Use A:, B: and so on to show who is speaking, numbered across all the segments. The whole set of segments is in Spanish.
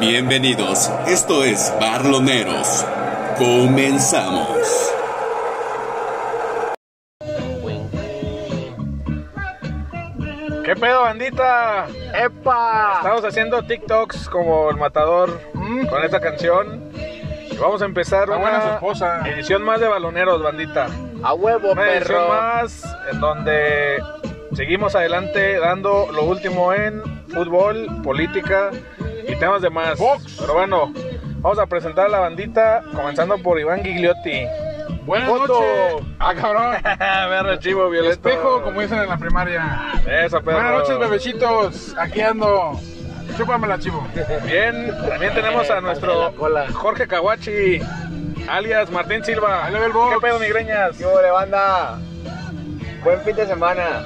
A: Bienvenidos, esto es Barloneros. Comenzamos.
B: ¿Qué pedo, bandita?
C: ¡Epa!
B: Estamos haciendo TikToks como el matador con esta canción. Y vamos a empezar
D: Está
B: una
D: buena su esposa. Oh,
B: edición más de baloneros, bandita.
C: ¡A huevo,
B: Una edición
C: perro!
B: más en donde seguimos adelante dando lo último en fútbol, política y temas de más.
D: Box.
B: Pero bueno, vamos a presentar a la bandita comenzando por Iván Gigliotti.
D: Buenas
B: Foto.
D: noches. Ah, cabrón.
B: Ver chivo violeta.
D: Espejo, como dicen en la primaria.
B: Eso, perro.
D: Buenas noches, bebechitos. Aquí ando. Chúpamela, chivo.
B: Bien, también tenemos a
C: la
B: nuestro
C: cola.
B: Jorge Caguachi, alias Martín Silva.
D: Ahí le ve el box.
B: ¿Qué pedo, migreñas?
C: ¿Qué hubo, banda? Buen fin de semana.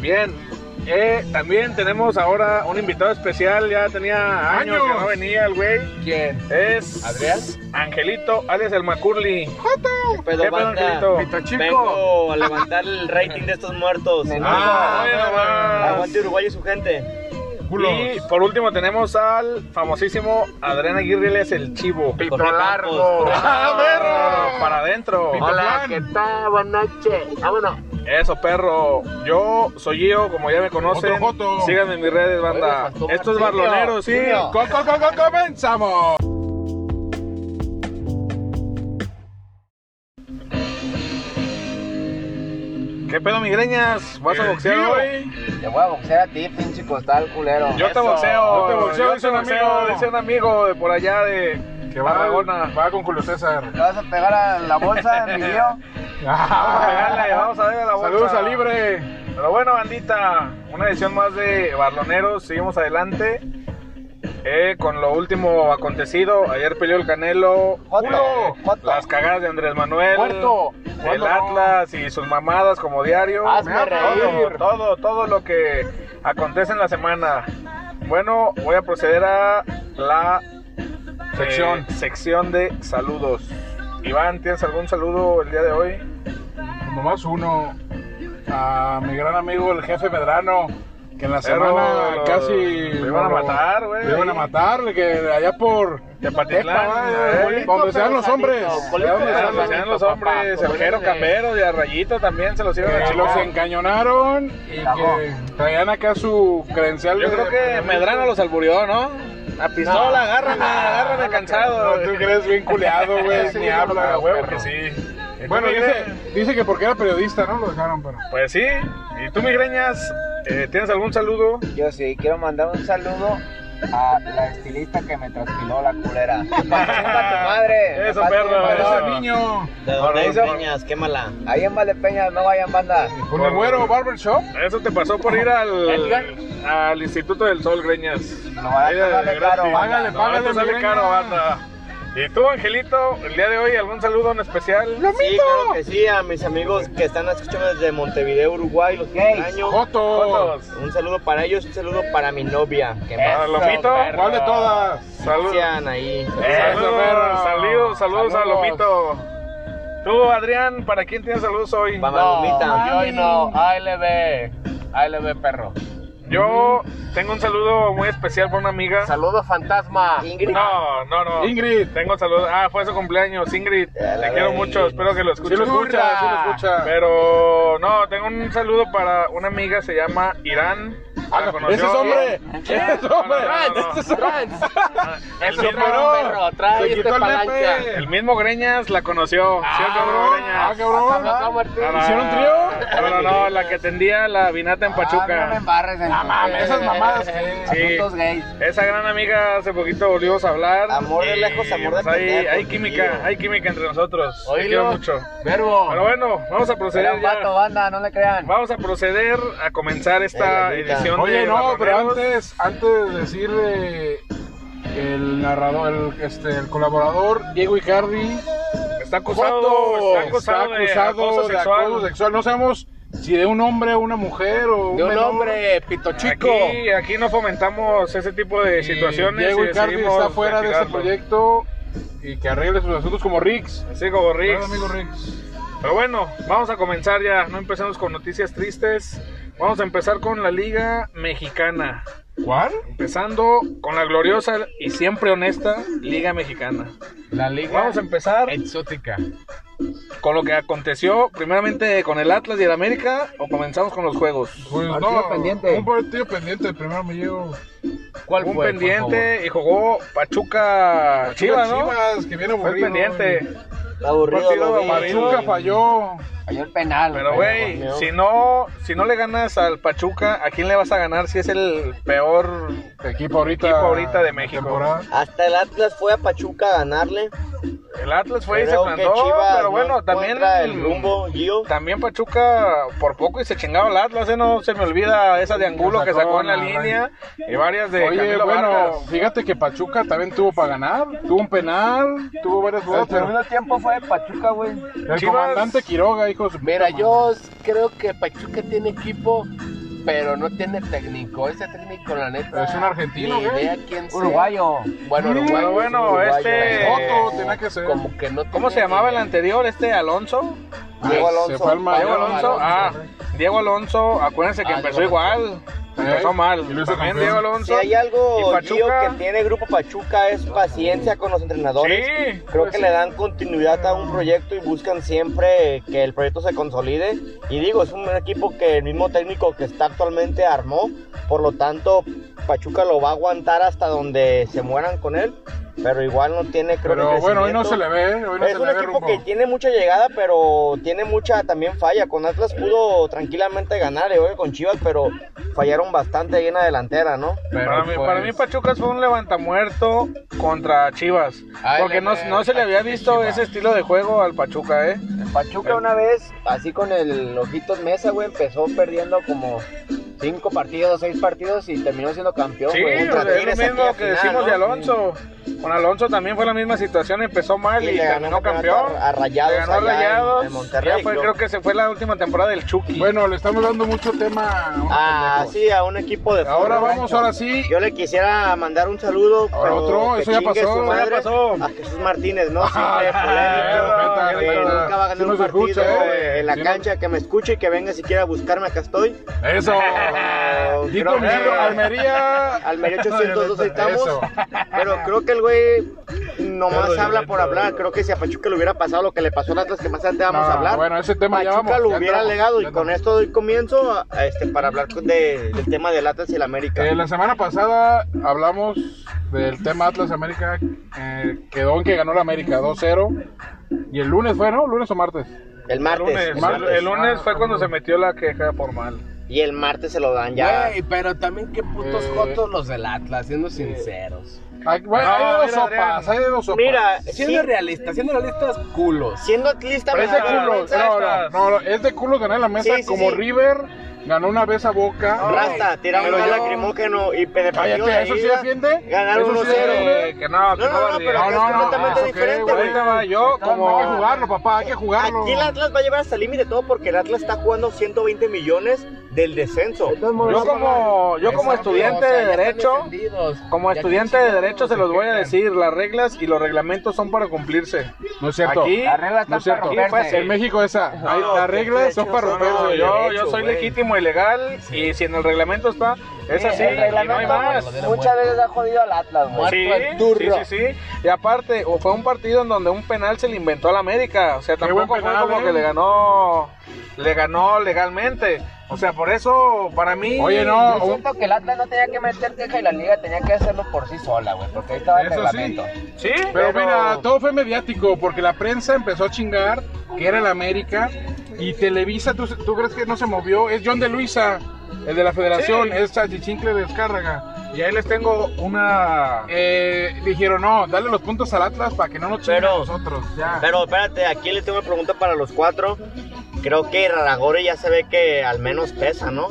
B: Bien. Eh, también tenemos ahora un invitado especial, ya tenía años,
D: Años.
B: que no venía el güey.
C: ¿Quién?
B: Es
C: ¿Adrián?
B: Angelito, alias el Macurli.
C: ¿Qué pedo,
B: ¿Qué pedo,
C: banda?
B: Angelito?
D: Pito chico.
E: Vengo a levantar el rating de estos muertos.
B: Ah,
C: Ah,
B: bueno, más.
E: Aguante Uruguay y su gente.
D: Culos.
B: Y por último tenemos al famosísimo Adrián Aguirre, alias el Chivo.
C: Pito
E: Jorge
C: largo.
E: Campos.
B: Ah, perro, Para adentro.
C: Hola,
D: Plan.
C: ¿qué tal? Buenas noches. Ah, Vámonos.
B: Eso, perro. Yo soy Gio, como ya me conocen.
D: Otro Joto.
B: Síganme en mis redes, banda.
C: Oye, faltó
B: Esto es
C: Marcelio.
B: Barloneros, sí.
C: Junior.
D: Co- co- co- co- comenzamos.
B: ¿Qué pedo, migreñas? ¿Vas a
D: El
B: boxear
D: Eh, Gio.
B: hoy?
C: Te voy a boxear pues a ti, pinche costal culero.
B: Yo te
E: Eso.
B: boxeo.
D: Yo te boxeo,
B: dice
D: dice
B: un
D: un
B: amigo.
D: amigo.
B: Dice un amigo de por allá de
D: Que va,
B: Tarragona.
D: va con Culo César.
C: ¿Te vas a pegar a la bolsa, mi tío?
B: Vamos a pegarle, vamos a ver a la bolsa.
D: Saludos a Libre.
B: Pero bueno, bandita, una edición más de Barloneros, seguimos adelante. Eh, con lo último acontecido, ayer peleó el Canelo,
C: Joto,
B: eh,
C: joto.
B: las cagadas de Andrés Manuel,
D: Muerto,
B: el
D: joto.
B: Atlas y sus mamadas como diario,
C: Hazme
B: Todo,
C: reír.
B: todo, todo lo que acontece en la semana. Bueno, voy a proceder a la eh,
D: Sección.
B: sección de saludos. Iván, ¿tienes algún saludo el día de hoy?
D: Nomás uno. A mi gran amigo, el jefe Medrano. Que en la
B: Perro,
D: semana
B: lo-
D: casi.
B: lo iban a matar, güey.
D: Lo iban a matar. Que allá por.
B: Tepatitlán,
D: Tepa,
B: eh,
D: donde
C: Bolito,
D: sean los
C: pero
D: hombres.
C: sanito,
D: Allá donde
B: Ah,
D: sean
B: pues
D: los-
B: eran los hombres, el Jero Camero y a Rayito también se los iban
D: Que
B: a
D: los
B: chingar.
D: encañonaron y
C: Cagó.
D: que traían acá su credencial.
B: Yo
D: de-
B: creo que Medrano los alburió, ¿no? A pistola,
C: No.
B: agárrame, agárrame
D: No,
B: cansado.
D: tú crees bien culeado, güey.
C: Sí,
D: ni habla,
B: a huevo
D: perro.
B: que sí. ¿Y
D: Bueno,
B: tú,
D: dice,
B: migre?
D: dice que porque era periodista, ¿no? Lo dejaron, pero.
B: Pues sí. ¿Y tú, migreñas? eh, ¿Tienes algún saludo?
C: Yo sí, quiero mandar un saludo a la estilista que me transpiló la culera. ¡Chinga tu madre!
B: Eso,
C: Me
B: perro.
C: parece,
D: Parece
B: no.
D: niño.
E: De donde hay
B: Correcto.
E: peñas, quémala.
C: Ahí en Valdepeña no vayan banda.
D: Con el güero, Pues barbershop.
B: Eso te pasó por ir al, al Instituto del Sol, Greñas.
C: No, ahora
B: Ahí de-
C: te sale
B: de
C: caro,
B: gratis.
D: banda.
B: No, ahora te
D: Págale,
B: sale
D: Greñas.
B: caro, banda. ¿Y tú, Angelito, el día de hoy algún saludo en especial?
E: Sí, claro que sí, a mis amigos que están escuchando desde Montevideo, Uruguay, los
C: Hey,
E: años.
D: Joto.
B: Fotos.
E: Un saludo para ellos, un saludo para mi novia, que me
B: Para Lomito.
D: perro. ¿Cuál de todas?
B: Saludos.
E: aprecian ahí.
D: Eso,
B: Saludos,
D: perro.
B: saludos, saludos a
D: Saludos.
B: Lomito. Tú, Adrián, ¿para quién tienes saludos hoy?
E: Para Malomita.
C: yo hoy no. Ahí le ve. Ahí le ve, perro.
B: Yo tengo un saludo muy especial para una amiga.
C: Saludos, fantasma.
E: Ingrid.
B: No, no, no.
D: Ingrid.
B: Tengo saludos. Ah, fue su cumpleaños, Ingrid. Te quiero mucho, espero que lo
D: Sí
B: escuches.
D: lo escucha, sí lo escucha.
B: Pero no, tengo un saludo para una amiga, se llama Irán.
D: Ah,
B: La
D: no,
B: conoció-
D: ese es hombre. Ese es hombre.
B: No, no, no, no.
D: Ese es hombre.
B: El
D: Se
B: mismo-
D: operó.
C: perro, trae
D: Se
C: este
D: quitó el
C: palanca.
D: nepe.
B: El mismo Greñas la conoció. ¿Sí, el mismo Greñas?
D: Ah, cabrón.
C: Pasamos a Martín.
B: Ah, no.
D: ¿Hicieron trío?
B: No, no, no, la que tendía la vinata en
C: Ah, no me
B: Pachuca.
C: embarres entonces.
D: mames, esas mamadas.
C: Asuntos gays.
B: Esa gran amiga hace poquito volvimos a hablar.
E: Amor de
B: y,
E: lejos, amor de
B: pues, hay,
E: pendejo,
B: hay química,
E: tío.
B: hay química entre nosotros. Te
C: Oílo.
B: quiero mucho.
C: Verbo.
B: Pero bueno, vamos a
C: Era
B: proceder
C: un
B: ya.
C: vato, banda, no le crean.
B: Vamos a proceder a comenzar esta
E: Eh, la neta.
B: edición
D: Oye,
B: de
D: no, pero
B: Barroneros.
D: antes, antes de decir eh, el narrador, el, este, el colaborador, Diego Icardi,
B: Está acusado,
D: Joto,
B: está acusado, de acoso
D: de
B: sexual.
D: acoso sexual. No sabemos si de un hombre o una mujer o un,
C: De un
D: menor.
C: hombre, pito chico.
B: Aquí, aquí no fomentamos ese tipo de
D: Y
B: situaciones.
D: eh,
B: eh,
D: Diego
B: y
D: Icardi
B: decidimos
D: está fuera de este
B: retirarlo.
D: proyecto y que arregle sus asuntos como Riggs.
B: Así como Riggs.
D: Gran amigo Riggs.
B: Pero bueno, vamos a comenzar ya, no empecemos con noticias tristes. Vamos a empezar con la Liga Mexicana.
D: ¿Cuál?
B: Empezando con la gloriosa y siempre honesta Liga Mexicana.
D: La liga
B: Vamos a empezar
D: exótica.
B: con lo que aconteció primeramente con el Atlas y el América o comenzamos con los juegos.
D: Pues
C: Partido
D: no,
C: pendiente.
D: un partido pendiente, primero me llevo.
C: ¿Cuál
B: Un
C: fue? por favor?
B: pendiente y jugó Pachuca Chivas, ¿no?
D: Chivas, que viene
B: Fue
D: aburrido.
B: pendiente.
E: Está aburrido.
B: Partido
E: lo vi.
B: amarillo.
D: Pachuca falló.
C: Falló el penal.
B: Pero güey,
E: Dios.
B: si no si no le ganas al Pachuca, ¿a quién le vas a ganar si es el peor?
D: Equipo ahorita.
B: Equipo ahorita de México.
D: temporada.
E: Hasta el Atlas fue a Pachuca a ganarle.
B: El Atlas fue y se
E: Creo que
B: plantó,
E: Chivas
B: pero
E: no
B: bueno, también
E: encuentra el rumbo, Gio.
B: También Pachuca por poco y se chingaba el Atlas, ¿eh? no se me olvida esa de Angulo que sacó en la línea y varias de
D: Oye,
B: Camilo
D: bueno,
B: Vargas.
D: fíjate que Pachuca también tuvo para ganar. Tuvo un penal, tuvo varias
C: El
D: jugadas. pero
C: segundo tiempo fue de Pachuca, güey.
D: El
B: Chivas-
D: comandante Quiroga, hijo de su
F: Mira,
D: puta
F: yo creo que Pachuca tiene equipo, pero no tiene técnico. Ese técnico, la neta.
D: Es un argentino,
F: ni
D: güey.
F: idea quién sea.
C: Uruguayo.
F: Bueno,
B: Mm,
F: uruguayo.
B: bueno,
F: sí, uruguayo.
B: este-
F: Pero
D: Otto tenía que ser.
F: Como que no
B: ¿Cómo
F: tiene-
B: se llamaba el anterior, este Alonso?
D: madre.
E: Diego
D: Se
E: Alonso.
D: fue al Madrid.
B: Diego Alonso,
F: Alonso,
B: ah, Diego Alonso, acuérdense que
F: Ah,
B: empezó
F: Diego
B: igual, empezó
D: Eh,
B: mal,
D: y lo hizo
B: también
D: campeón.
B: Diego
E: Si
B: Alonso.
E: hay algo
B: ¿Y Pachuca?
E: Gio, que tiene Grupo Pachuca es paciencia con los entrenadores.
B: Sí,
E: Creo
D: Pues
E: que le dan continuidad a un proyecto y buscan siempre que el proyecto se consolide. Y digo, es un equipo que el mismo técnico que está actualmente armó. Por lo tanto, Pachuca lo va a aguantar hasta donde se mueran con él. Pero igual no tiene, creo que
D: Pero bueno, hoy no
E: crecimiento.
D: se le ve. Hoy no
E: es
D: se
E: un
D: le ve
E: equipo
D: rumbo.
E: que tiene mucha llegada, pero tiene mucha también falla. Con Atlas pudo tranquilamente ganar, igual que con Chivas, pero fallaron bastante ahí en la delantera, ¿no?
D: Pero,
B: para, mí, para
D: pues,
B: mí Pachuca fue un levantamuerto contra Chivas,
F: Ay,
B: porque
F: le-
B: no, no se le había visto
F: Chivas.
B: ese estilo de juego al Pachuca, ¿eh?
C: El Pachuca una vez, así con el Ojitos Mesa, güey, empezó perdiendo como cinco partidos, seis partidos y terminó siendo campeón,
B: Sí,
C: güey.
B: o sea, es lo
E: Tigres
B: mismo que
E: aquella final,
B: decimos
E: ¿no?
B: de Alonso. Con Alonso también fue la misma situación, empezó mal y,
E: Y le ganó
B: terminó
E: el campeonato
B: campeón.
E: a- a Rayados
B: Le ganó a
E: allá en-
B: Rayados.
E: en Monterrey,
B: Ya fue,
E: creo.
B: creo que se fue la última temporada del Chucky.
D: Bueno, le estamos dando mucho tema. a unos
E: Ah,
D: pendejos.
E: sí, a un equipo de
D: Ahora
E: fútbol,
D: vamos,
E: ¿no?
D: ahora sí.
E: Yo le quisiera mandar un saludo.
D: Ahora
E: pero
D: otro,
E: que
D: eso ya
E: chingue
D: pasó,
E: su
D: eso ya
E: madre
B: pasó.
E: A Jesús Martínez, ¿no?
D: Ah,
E: Siempre
D: respeta,
E: polémico, que
D: respeta.
E: nunca va a
D: Sí
E: ganar
D: nos
E: un partido
D: escucha,
B: ¿eh?
E: eh, en la
D: Sí nos-
E: cancha. Que me escuche y que venga si quiere a buscarme, acá estoy.
D: Eso.
E: Pero eh,
D: Dito
E: creo-
D: Miguel Almería.
E: Almería 802 estamos.
D: Eso.
E: Pero creo que el güey nomás
D: Pero
E: habla
D: violento,
E: por hablar. Creo que si a Pachuca le hubiera pasado lo que le pasó a Atlas, que más adelante vamos
D: No,
E: a hablar.
D: Ah, bueno, ese tema ya
E: Pachuca
D: vamos,
E: lo
D: ya
E: hubiera
D: entramos,
E: legado y
D: ya
E: con
D: entramos.
E: esto doy comienzo a- a este, para hablar con- de- del tema del Atlas y el América.
D: Eh, la semana pasada hablamos del tema Atlas América. eh, quedó en que ganó la América 2-0. Y el lunes fue, ¿no? ¿Lunes o martes?
E: El
B: el
E: martes.
B: lunes,
E: el
B: el-
E: martes.
B: el lunes
D: Ah,
B: fue cuando se metió la queja formal.
E: Y el martes se lo dan ya.
F: Güey, pero también qué putos
D: Eh.
F: jotos los del Atlas, siendo sinceros.
D: Ay, Ah, bueno,
B: No,
D: hay de dos
B: mira, Adrián.
D: sopas, hay de dos sopas.
E: Mira,
F: Siendo
E: sí,
F: realistas, siendo realistas, culos.
E: siendo atlista
D: pues, Pero
E: me
D: es de
E: da
D: culos,
E: vergüenza.
D: no, no, no, no, es de culos ganar la mesa
E: Sí, sí,
D: como
E: sí.
D: River ganó una vez a Boca.
E: Rasta, tiraron
D: Pero
E: un
D: yo-
E: lacrimógeno y pe- de
D: Cállate,
E: partido de
D: ¿eso sí
E: ida,
D: defiende?
E: Ganaron
D: ¿Eso sí
E: 1-0.
D: defiende?
B: Eh, que no, que
E: No, no, no,
B: valía.
D: No,
E: pero que es
D: no, no,
E: completamente
D: ah, ok,
E: diferente,
D: güey.
E: güey.
B: Ahorita va yo
D: Como...
B: como...
D: Hay que jugarlo, papá, hay que jugarlo.
E: Aquí el Atlas va a llevar hasta el límite todo porque el Atlas está jugando 120 millones del descenso.
B: Yo como, yo como
F: Exacto,
B: estudiante
F: o sea,
B: de
F: ya están
B: derecho...
F: defendidos.
B: Como
F: Ya
B: estudiante
F: que
B: de
F: chingados
B: derecho se los voy a
F: quejan.
B: decir, las reglas y los reglamentos son para cumplirse.
D: No es cierto.
B: Aquí,
C: La regla está
D: No es cierto.
C: para
B: Aquí fue
D: En
C: romperse.
D: México esa, hay-
E: No,
D: las
E: que
D: reglas son
E: derechos
D: para
E: son-
D: romperse.
B: No, yo, yo
E: derecho,
B: soy
E: güey.
B: legítimo y legal y si en el reglamento está, es
C: Sí,
B: así
C: el
B: y no hay
C: reglamento
B: más.
C: Muchas veces ha jodido al Atlas, güey.
B: Sí,
F: al
B: sí,
F: turro.
B: sí, sí. Y aparte, o fue un partido en donde un penal se le inventó a la América. O sea,
D: buen
B: tampoco
D: penal,
B: fue como
D: eh.
B: que le ganó, le ganó legalmente. O sea, por eso, para mí...
D: Oye,
C: Yo
D: no, un-
C: siento que el Atlas no tenía que meter queja y la liga tenía que hacerlo por sí sola, güey, porque ahí estaba el
D: Eso sí.
C: reglamento.
B: Sí,
D: Pero, mira, todo fue mediático porque la prensa empezó a chingar que era el América y Televisa, ¿tú, tú crees que no se movió? Es John de Luisa, el de la federación,
B: Sí.
D: es Chachichincle de Descárraga.
B: Y ahí les tengo una...
D: Eh, dijeron, no, dale los puntos al Atlas para que no nos chinguen a
E: Pero-
D: nosotros. Ya.
E: Pero espérate, aquí le tengo una pregunta para los cuatro. Creo que Raragore ya se ve que al menos pesa, ¿no?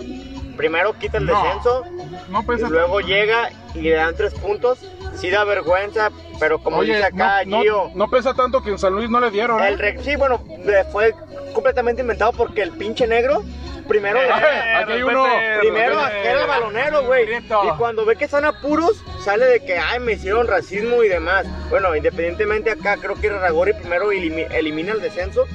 E: Primero quita el
D: No.
E: descenso,
D: no
E: y
D: pensas
E: luego llega y le dan tres puntos. Sí da vergüenza, pero como
D: Oye,
E: dice acá
D: no, no-
E: Gio,
D: no pesa tanto que en San Luis no le dieron. ¿eh?
E: el re- sí, bueno, eh, fue completamente inventado porque el pinche negro primero
B: Eh,
D: Ah, aquí hay uno.
B: respete,
E: Primero
B: respete.
E: era el balonero, güey.
D: Prieto.
E: Y cuando ve que están apuros, sale de que, ay, me hicieron racismo y demás. Bueno, independientemente acá, creo que Raragori primero elimi- elimina el descenso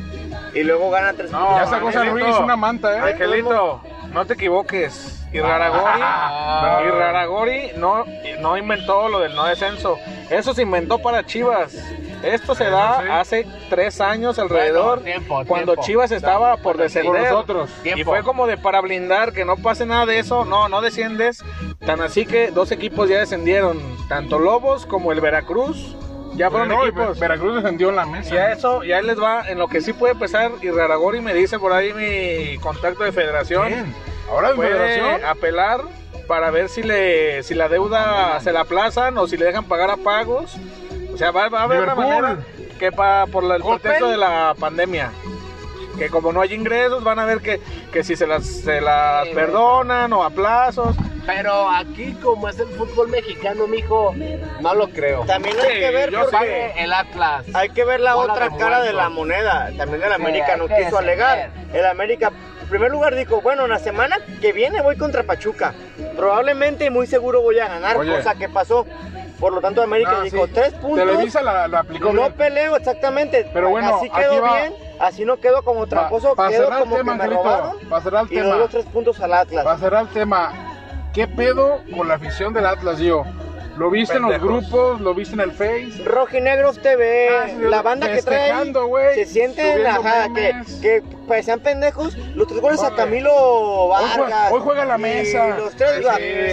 E: y luego gana tres
B: No,
E: puntos.
D: ya sacó San
B: Angelito.
D: Luis una manta, ¿eh?
B: Angelito, No te equivoques. Irraragori, Irraragori no, no inventó lo del no descenso. Eso se inventó para Chivas. Esto se
D: Eso
B: da
D: sí.
B: hace tres años alrededor,
F: Bueno, tiempo,
B: cuando
F: tiempo.
B: Chivas estaba
F: No,
B: por
F: bueno, sí.
B: descender.
D: Por nosotros.
B: Y
F: Tiempo.
B: fue como de para blindar que no pase nada de eso. No, no desciendes. Tan así que dos equipos ya descendieron. Tanto Lobos como el Veracruz ya fueron
D: Pues No, y
B: equipos.
E: pues,
D: Veracruz descendió en la mesa.
B: Y a eso, ya les va, en lo que sí puede pesar, y Raragori me dice por ahí mi contacto de federación,
D: Bien. Ahora en
B: puede
D: Federación.
B: apelar para ver si le si la
D: Ah,
B: deuda se la aplazan o si le dejan pagar a pagos. O sea, va, va a haber una
D: Liverpool.
B: manera que pa- por la- el
D: Coppel.
B: contexto de la pandemia. Que como no hay ingresos, van a ver que, que si se las, se las
F: Sí,
B: perdonan o a plazos.
F: Pero aquí, como es el fútbol mexicano, mijo, no lo creo.
E: También hay que ver,
B: yo
E: porque
B: sé.
F: El Atlas.
E: hay que ver la
F: Bola
E: otra
F: de
E: cara de
F: muerto.
E: la moneda. También el América
F: hay
E: no
F: que
E: quiso
F: defender.
E: alegar. El América, en primer lugar, dijo, bueno, la semana que viene voy contra Pachuca. Probablemente y muy seguro voy a ganar,
D: Oye.
E: cosa que pasó. Por lo tanto, América
D: Ah,
E: dijo,
D: sí.
E: tres puntos.
D: Televisa la, la aplicó.
E: No
D: bien.
E: peleo, exactamente.
D: Pero bueno,
E: así
D: aquí
E: quedó
D: va-
E: bien, así no quedó como
D: Pa-
E: tramposo,
D: pa
E: quedó
D: cerrar el
E: como
D: tema,
E: que me
D: Angelito,
E: robaron
D: pa cerrar el
E: y
D: tema.
E: doy los tres puntos al Atlas.
D: Para cerrar el tema, ¿qué pedo con la afición del Atlas, yo? ¿Lo viste en los
B: Pendejos.
D: grupos? ¿Lo viste en el Face?
E: Rojinegros TV,
D: Ah, sí,
E: Eh, la banda que trae ahí,
D: festejando, güey,
E: se siente
D: subiendo
E: relajada, que,
D: memes.
E: que parecían pendejos, los tres goles a
D: Oye.
E: Camilo
D: Hoy juega-
E: Vargas.
D: hoy juega la
E: y
D: mesa.
E: Los tres,
B: Sí,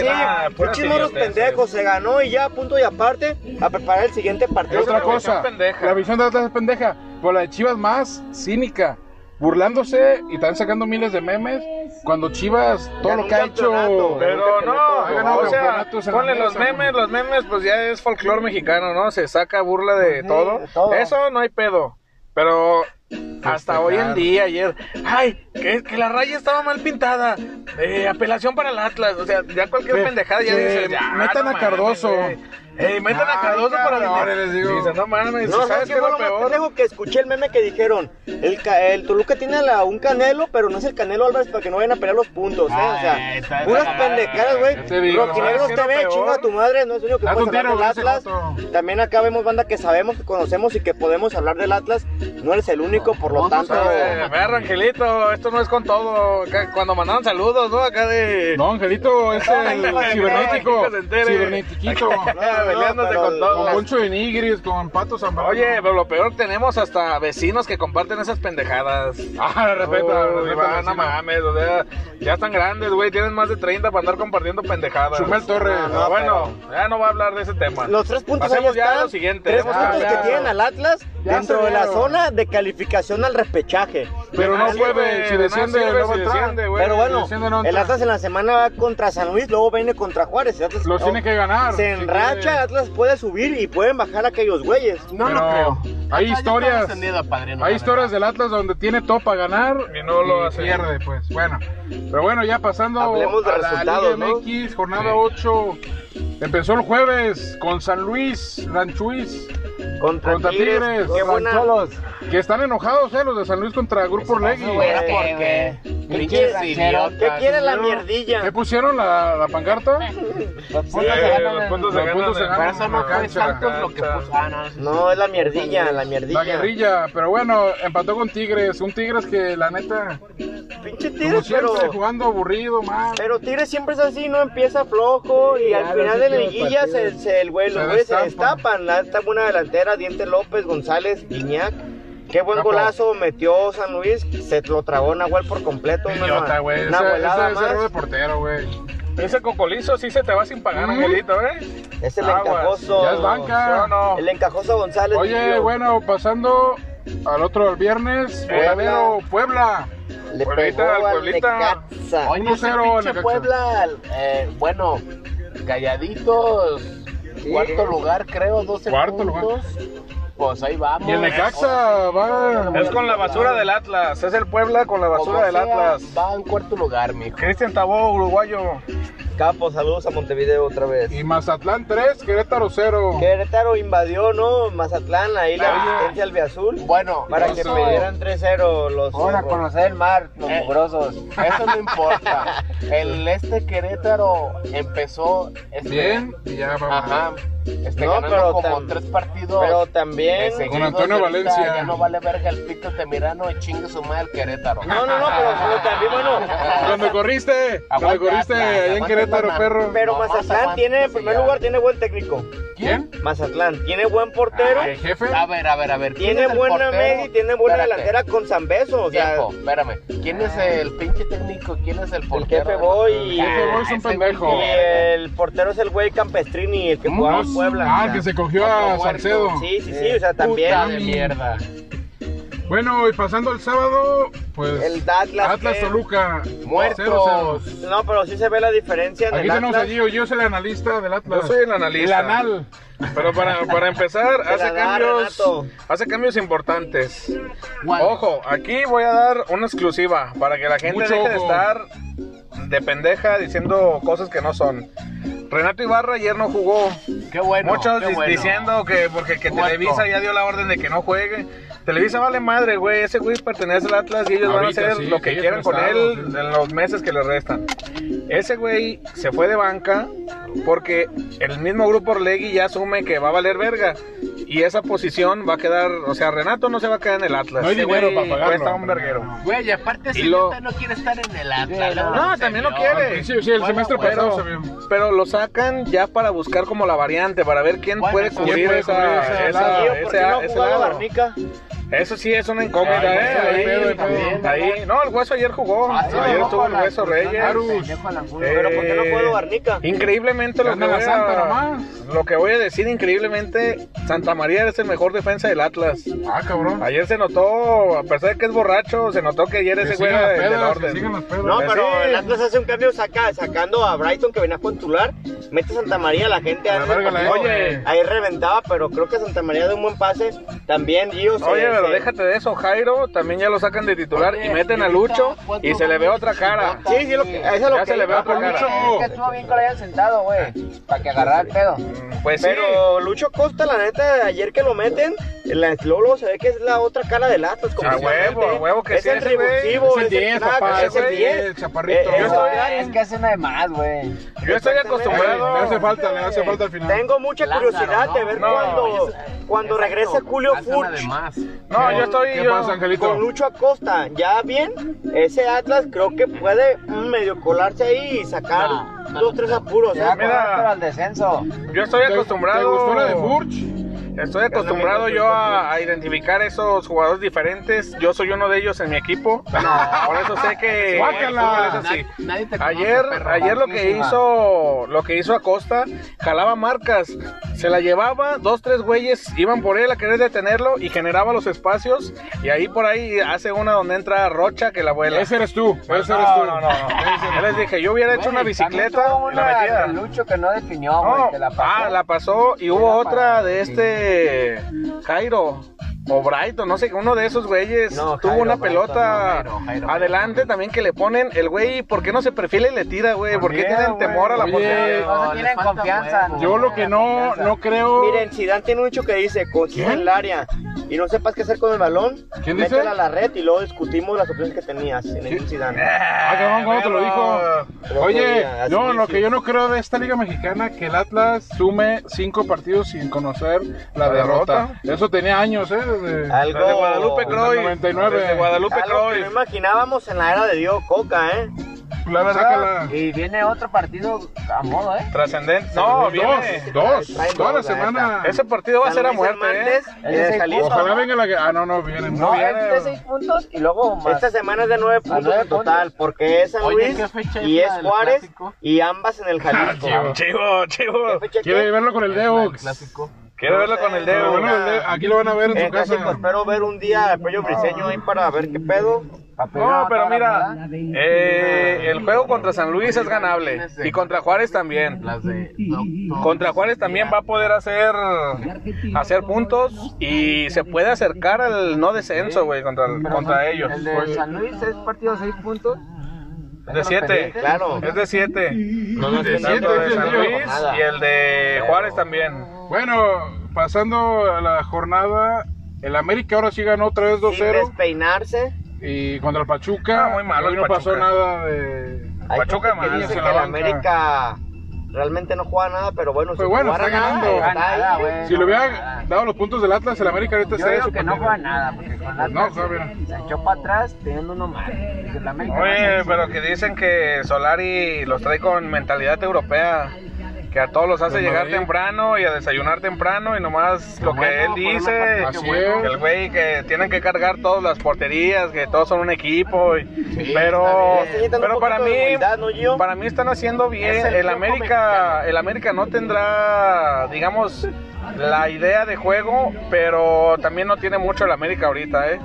E: la-
B: nah,
E: sí,
B: pura
E: pinches morros
B: idiotez,
E: pendejos, se ganó y ya, punto y aparte, a preparar el siguiente
D: Es
E: partido.
D: otra
B: una visión
D: cosa.
B: pendeja.
D: La visión del Atlas es pendeja. Por la de Chivas más cínica. Burlándose y también sacando miles de memes. Cuando Chivas, todo
E: Ganó
D: lo
E: un
D: que ha hecho.
E: campeonato, ganó
B: Pero
E: Pero no,
D: no,
B: no, o sea,
D: campeonatos en la
B: ponle
D: mesa,
B: los memes,
D: güey.
B: los memes pues ya es folclore mexicano, ¿no? Se saca burla de
E: Ujú,
B: todo.
E: de todo.
B: Eso no hay pedo. Pero hasta
D: Festejar.
B: hoy en día, ayer, ay, que, que la raya estaba mal pintada. Eh, apelación para el Atlas. O sea, ya cualquier
D: Que-
B: pendejada ya
D: que
B: dice. Ya,
D: metan a
B: mames,
D: Cardoso.
B: güey. Eh, metan a
D: Ay,
B: Cardoso para
D: cabrón,
B: dinero.
D: les digo.
B: Dice, no mames,
E: No,
B: ¿sabes
E: ¿sabes
B: qué
E: que
B: es lo
E: fue lo más
B: peor?
E: pendejo? Que escuché el meme que dijeron, el, ca- el Toluca tiene la- un Canelo, pero no es el Canelo Álvarez para que no vayan a pelear los puntos, ¿eh? O
F: Ah,
E: sea,
F: está- está
E: puras
F: cagada,
E: pendejadas, güey.
D: ya te digo,
E: Rojinegros
B: ¿sabes qué es lo
E: TV,
B: peor? Ah,
E: chinga tu madre, no es lo único que
D: Haz
E: puedes
D: un
E: hablar
D: tiro
E: del
D: con ese
E: Pues, Atlas.
D: vato.
E: También acá vemos banda que sabemos, que conocemos y que podemos hablar del Atlas. No eres el único, por lo
F: Vamos a
E: tanto...
B: Eh, a ver, Angelito, esto no es con todo. Acá, Cuando mandaron saludos, ¿no? Acá de.
D: No, Angelito es el cibernético.
B: Que se entere.
D: Cibernetiquito.
E: no,
B: Peleándose
E: pero-
B: con
D: Con
B: todos.
D: Poncho de Nigris, con Pato Zambrano.
B: Oye, pero lo peor tenemos hasta vecinos que comparten esas pendejadas.
D: Ah, respeta,
B: Uy,
D: respeta
B: va,
D: al
B: no
D: vecino.
B: mames, o sea, ya están grandes, güey, tienen más de 30 para andar compartiendo pendejadas.
D: Chumel Torres. Ah,
B: Pero bueno, ya no va a hablar de ese tema.
E: Los tres puntos
B: Pasemos
E: ahí
B: ya a
E: están,
B: lo siguiente.
E: Tres
B: Ya,
E: puntos
B: ya.
E: que tienen al Atlas
D: Ya
E: dentro
D: se
E: de la
D: vieron.
E: zona de calificación al repechaje.
D: Pero no
B: De nada sirve,
D: puede,
B: de
D: si
B: nada
D: desciende,
B: sirve
D: no va a
B: si
D: entrar.
B: desciende, güey.
E: Pero bueno,
D: este, diciendo no
E: el
D: entra.
E: Atlas en la semana va contra San Luis, luego viene contra Juárez. El Atlas-
D: Los
E: no,
D: tiene que ganar,
E: Se
D: si
E: enracha,
D: quiere.
E: el Atlas puede subir y pueden bajar a aquellos güeyes.
F: No
D: Pero
F: lo creo.
D: hay
F: Ya está
D: historias-
F: descendido, padrino,
D: Hay
F: la
D: historias
F: verdad.
D: del Atlas donde tiene todo para ganar
B: Y no lo hace.
D: pierde, pues. Bueno, pero bueno, ya pasando
E: Hablemos de
D: a la Liga
E: resultados, ¿no?
D: MX, jornada 8. Empezó el jueves con San Luis, Ranchuis,
E: Contra,
D: Contra
E: Tigres,
D: Tigres,
E: qué buena. Pues,
D: Rancholos. que están enojados, ¿eh? Los de San Luis contra Grupo Orlegui.
F: Pero
E: ¿Qué?
F: ¿por qué?
E: ¿Qué
F: Pinches
E: quiere-
F: idiotas.
E: ¿Qué quiere la mierdilla?
D: ¿Qué pusieron la, la pancarta?
B: Sí, eh, los puntos se
D: Los puntos se
B: ganan.
F: Pero
B: en-
F: eso no
B: en
F: fue
B: cancha.
F: tanto lo que
G: pues
F: puso. Ah, no, sí.
E: No, es la mierdilla, la mierdilla.
D: La guerrilla, pero bueno, empató con Tigres. Un Tigres que la neta,
E: Pinche
D: como
E: Tigres,
D: siempre,
E: pero,
D: jugando aburrido, mal.
E: pero Tigres siempre es así, no empieza flojo y al final de la liguilla se, se- el güey,
D: Se
E: los güeyes se
D: destapan.
E: destapan. La está buena delantera, Diente López, González, Guiñac. Qué buen
D: Capo.
E: golazo metió San Luis, se lo tragó Nahuel por completo. Una,
D: Idiota, güey.
E: una
D: Ese,
E: abuelada
D: ese es
E: más.
D: error de portero, güey.
B: Ese cocolizo sí se te va sin pagar,
D: Mm.
B: Angelito, ¿eh?
E: Es el
B: Aguas.
E: encajoso.
D: Ya es banca.
B: ¿Sí o no?
E: El encajoso González.
D: Oye,
E: tío.
D: bueno, pasando al otro, al viernes,
E: Puebla.
D: Voladero, Puebla.
E: Le
B: Pueblita,
E: pegó al
B: Pueblita.
E: Necaxa.
F: Oye, ese
D: 1-0
F: pinche
D: Necaxa.
F: Puebla, eh, bueno, calladitos, cuarto lugar creo, 12
D: Cuarto lugar.
F: puntos. Pues ahí vamos.
D: Y el Necaxa va.
B: Es con la basura del Atlas, es el Puebla con la
F: Como
B: basura del
F: sea,
B: Atlas.
F: Va en cuarto lugar, mijo.
B: Cristian Tabó, uruguayo.
E: Capo, saludos a Montevideo otra vez.
D: Y Mazatlán 3, Querétaro 0.
E: Querétaro invadió, ¿no? Mazatlán, ahí la
F: Ah.
E: resistencia albiazul.
F: Bueno,
E: Para que
F: eso,
E: perdieran 3-0 los.
G: Vamos a
E: zorros.
G: conocer el mar, los
F: Eh.
G: mugrosos.
F: eso no importa. El este Querétaro empezó este,
D: Bien, y ya vamos.
F: Ajá. Este,
E: No,
F: ganando
E: pero
F: como
E: tam-
F: tres partidos.
E: Pero también.
F: Ese
D: Con
F: gringo
D: Antonio
F: de ahorita
D: Valencia.
F: Ya no vale verga el pito Temirano y chingue su madre el Querétaro.
E: No, no, no, pero, pero también, bueno.
D: Cuando corriste, cuando
F: Aguanta,
D: corriste
F: Atlas,
D: allá en
F: aguanta,
D: Querétaro,
F: Atlas.
D: perro.
E: Pero
F: No,
E: Mazatlán
F: Mazatlán,
E: tiene, en
F: sí,
E: primer
F: ya.
E: lugar, tiene buen técnico.
D: ¿Quién?
E: Mazatlán tiene buen portero,
D: El jefe.
F: A ver, a ver, a ver. ¿quién
E: tiene
F: es el
E: buena
F: portero?
E: media y tiene buena
F: Espérate,
E: delantera con San Beso. O sea, Ah.
F: tiempo, espérame. ¿Quién es el pinche técnico? ¿Quién es el portero?
E: jefe Boy y-
D: El jefe Boy es un
F: Ah, ese
D: pendejo.
E: y
F: güey, verga.
E: el portero es el güey Campestrini, el que
D: Mm,
E: jugaba
D: no,
E: en Puebla.
D: Ah,
E: o
D: el
E: sea.
D: que se cogió a
F: Otro
D: Salcedo.
E: Sí, sí, sí, o sea, también.
F: Puta de mierda.
D: Bueno, y pasando el sábado, pues.
E: El de Atlas,
D: Atlas
E: que-
D: Toluca. Cero, cero.
F: Muertos.
E: No, pero sí se ve la diferencia en
D: Aquí
E: el
D: tenemos
E: Atlas.
D: a Gio, yo soy el analista del Atlas.
B: Yo soy el analista.
D: El anal.
B: Pero para, para empezar,
E: Se la
B: hace
E: da,
B: cambios,
E: Renato.
B: hace cambios importantes.
F: ¿Cuál?
B: Ojo, aquí voy a dar una exclusiva para que la gente
D: Mucho
B: deje de
D: ojo.
B: estar de pendeja diciendo cosas que no son. Renato Ibarra ayer no jugó.
F: Qué bueno.
B: Muchos
F: qué
B: di-
F: bueno.
B: diciendo que porque que
F: Muerto.
B: Televisa ya dio la orden de que no juegue. Televisa vale madre, güey. Ese güey pertenece al Atlas y ellos van a
D: Ahorita
B: hacer
D: sí,
B: lo que
D: ellos
B: quieran con
D: prestados,
B: él
D: sí.
B: en los meses que le restan. Ese güey se fue de banca porque el mismo grupo Orlegui ya asume que va a valer verga. Y esa posición va a quedar, o sea, Renato no se va a quedar en el Atlas.
D: No hay
B: Ese
D: dinero
B: güey
D: para pagarlo.
B: Cuesta un verguero.
F: Güey, y aparte, si
B: lo-
F: neta no quiere estar en el Atlas.
B: No,
F: luego,
B: también no
F: señor.
B: quiere.
D: Sí, sí, el
F: Bueno,
D: semestre
F: bueno.
D: pasado
B: Pero,
D: se vio.
B: pero lo sacan ya para buscar como la variante, para ver quién
F: Bueno,
B: puede
F: ¿quién
B: cubrir
D: puede cubrir
B: esa,
D: ese
B: esa-
D: lado?
E: Gio, ¿por
B: ese-
E: qué no
B: ese
E: jugaba
B: lado.
E: Garnica?
B: Eso sí es una incógnita,
D: Ay,
B: ¿eh?
D: güey,
B: Ahí,
D: pedo,
B: ahí,
D: pedo.
B: ahí. No, el hueso ayer jugó.
F: Ah, sí,
B: ayer
F: no,
B: estuvo el
F: la-
B: hueso Reyes.
D: Arus.
F: Pendejo a la fuga.
B: Eh,
E: Pero ¿por qué no jugó Garnica?
B: Increíblemente lo que,
D: Anda la
B: voy
D: santa
B: a,
D: nomás.
B: lo que voy a decir, increíblemente, Santa María es el mejor defensa del Atlas.
D: Ah, cabrón.
B: Ayer se notó, a pesar de que es borracho, se notó que ayer
D: Que
B: ese
D: sigan
B: güey
D: las
B: era del, del
D: pedas, que
B: orden.
D: sigan las pedas.
E: No,
B: Pues
E: pero
B: sí.
E: el Atlas hace un cambio saca, sacando a Brighton que venía a contular, mete a Santa María, la gente
D: A la
E: hace el
D: verga la
E: partido.
D: Oye.
E: ahí reventaba, pero creo que Santa María de un buen pase también Gio se-
B: Oye, pero
E: se-
B: déjate de eso, Jairo también ya lo sacan de titular
F: Oye,
B: y meten a
F: ahorita
B: Lucho
F: cuatro
B: y se le ve
F: goles
B: otra
F: y
B: cara.
F: botas.
E: Sí, sí, lo que, a eso es lo
B: Ya
E: que
B: se le
E: iba,
B: ve por
E: pero-
B: mucho.
F: Es que estuvo bien que lo hayan sentado, güey. Para que agarrara el pedo.
B: Pues sí.
E: Pero Lucho Costa, la neta, ayer que lo meten, la, luego, luego se ve que es la otra cara del Atlas. como
B: A
E: si
B: huevo,
E: realmente
B: a huevo que
E: es
B: sí,
E: el
B: ese güey.
E: revulsivo,
D: Es el 10,
E: crack,
D: papá,
E: es el
D: ese
E: 10.
D: güey, el chaparrito.
E: Eh,
B: Yo
E: es
B: estoy-
E: el gran-
F: Es que hace nada más, güey.
B: Yo estoy
E: Exactamente.
B: acostumbrado.
D: Le hace falta, le hace falta al final.
E: Tengo mucha
F: Lázaro,
E: curiosidad
F: ¿no?
E: de ver
B: No,
E: cuando, cuando
F: Exacto,
E: regresa Julio
F: hace nada de
E: Furch
F: más.
B: No, yo estoy.
D: ¿Qué
B: yo-
D: pasa, Angelito?
E: con Lucho Acosta. Ya bien, ese Atlas creo que puede mm, medio colarse ahí y sacar
F: No, no,
E: dos, tres apuros.
F: Ya,
E: ¿eh?
B: mira.
F: mira. al descenso.
B: Yo estoy
D: ¿Te- ¿Te gustó la de
B: acostumbrado.
D: Furch?
B: Estoy acostumbrado yo a, a identificar esos jugadores diferentes. Yo soy uno de ellos en mi equipo. Por eso sé que.
D: Guácala.
B: el fútbol es así.
F: Na- nadie te conoce,
B: Ayer,
F: perro,
B: ayer lo que
F: tantísima.
B: hizo, lo que hizo Acosta, jalaba marcas, se la llevaba, dos, tres güeyes iban por él a querer detenerlo y generaba los espacios y ahí por ahí hace una donde entra Rocha que la vuela.
D: Ese eres tú. Ese eres tú.
B: no, no, no, no. Yo les dije, yo hubiera hecho una
F: Güey, también
B: bicicleta
F: tuvo
B: y la metía.
F: una de Lucho que no definió, güey.
B: No,
F: que la pasó.
B: ah, la pasó y hubo
F: la
B: otra
F: paró.
B: de este Jairo o Brighton, no sé, uno de esos güeyes
E: No,
B: tuvo
E: Jairo,
B: una
E: Brighton,
B: pelota
F: no, Jairo, Jairo,
B: adelante también que le ponen el güey, ¿por qué no se perfila y le tira, güey? ¿Por qué
D: miedo,
B: tienen
D: güey.
B: temor a la
D: Oye,
B: portería?
F: No
D: No,
F: se tienen confianza.
D: Yo lo que no, no creo.
E: Miren, Zidane tiene un dicho que dice, consigue el área y no sepas qué hacer con el balón,
D: ¿Quién dice?
E: métela a la red y luego discutimos las opciones que tenías en el Zidane.
D: Ah, cabrón, ¿cómo te lo
E: Pero
D: dijo? Oye,
E: podría, así
D: no, lo
E: dice.
D: que yo no creo de esta liga mexicana que el Atlas sume cinco partidos sin conocer la,
B: La derrota.
D: derrota. Eso tenía años, ¿eh? Desde-
E: Algo,
B: Desde Guadalupe
D: Desde
B: Croy,
D: el 99.
B: desde Guadalupe
E: algo que
B: Croy.
E: no imaginábamos en la era de Diego Coca, ¿eh?
D: la verdad.
F: Y viene otro partido a modo, ¿eh?
B: Trascendente. No, viene.
D: Dos, dos,
E: Ay, no,
D: toda la
E: la
D: semana.
B: Ese partido va a
E: San
B: ser a
E: Luis
B: muerte, ¿eh?
E: Hernández,
F: Ese
E: en
F: es
E: el
F: el
E: Jalisco.
D: Ojalá venga la que. Ah, no, no, viene.
F: No,
D: viene.
F: es
G: este
F: de seis puntos y luego más.
E: Esta semana Este es de nueve puntos
F: nueve
E: en total, porque es San
F: Oye,
E: Luis
F: ¿qué fecha es
E: y
F: la
E: es
F: del
E: Juárez
F: clásico?
E: y ambas en el Jalisco.
D: Ah,
B: Chivo,
E: ¿Qué
B: chivo.
E: fecha
D: Quiere
E: qué?
D: verlo con el
F: Este El
D: dedo.
F: clásico.
B: Quiero verlo con el
D: Pero
B: dedo.
D: bueno, el dedo- Aquí lo van a ver en
E: El
D: su casa.
E: clásico, espero ver un día el pollo briseño ahí para ver qué pedo.
B: No, pero mira, eh, el juego contra San Luis es ganable y contra Juárez también.
F: Las de doctor.
B: Contra Juárez también va a poder hacer hacer puntos y se puede acercar al no descenso, güey, contra,
F: Pero
B: contra
F: son-
B: ellos.
F: El de San Luis es partido de seis puntos.
B: De 7,
E: Claro.
B: es de 7.
E: No nos
D: De siete,
B: Tanto de
D: sí,
B: San
D: sí,
B: Luis y el de Juárez también.
D: Bueno, pasando a la jornada. El América ahora sí ganó 3-2-0.
E: despeinarse.
D: Y contra el Pachuca.
B: Ah, muy malo
D: hoy
B: el
D: no pasó
B: Pachuca.
D: nada de.
E: Hay
B: Pachuca
E: gente que
B: más,
E: dice
D: en
E: que
D: la
E: el
D: banca.
E: América realmente no juega nada, pero bueno,
D: Pues bueno,
E: jugara
D: está
E: nada,
D: ganando.
E: está ahí.
G: Nada, güey,
D: Si
G: no
D: le
G: juega
D: hubiera
G: nada.
D: dado los puntos del Atlas, el América ahorita
G: Yo
D: estaría
G: digo que no juega
D: superlíder.
G: nada, porque con las
D: No,
G: no,
D: joven.
G: se echó para atrás teniendo uno más. Dice, la América
B: Oye,
G: no
B: pero que dicen que Solari los trae con mentalidad europea, que a todos los hace
D: Pues
B: llegar
D: Madrid.
B: temprano y a desayunar temprano y nomás lo que
F: bueno,
B: él
F: por una
B: dice,
D: parte, qué
B: que
D: bueno.
B: el güey que tienen que cargar todas las porterías, que todos son un equipo, y- pero,
E: Sí, quitando
B: pero
E: un
B: para
E: poquito de
B: mí...
E: humildad, ¿no, Gio?
B: Para mí están haciendo
F: Es
B: bien.
F: el
B: El,
F: Piojo
B: América, el América no tendrá, digamos, la idea de juego, pero también no tiene mucho el América ahorita, ¿eh?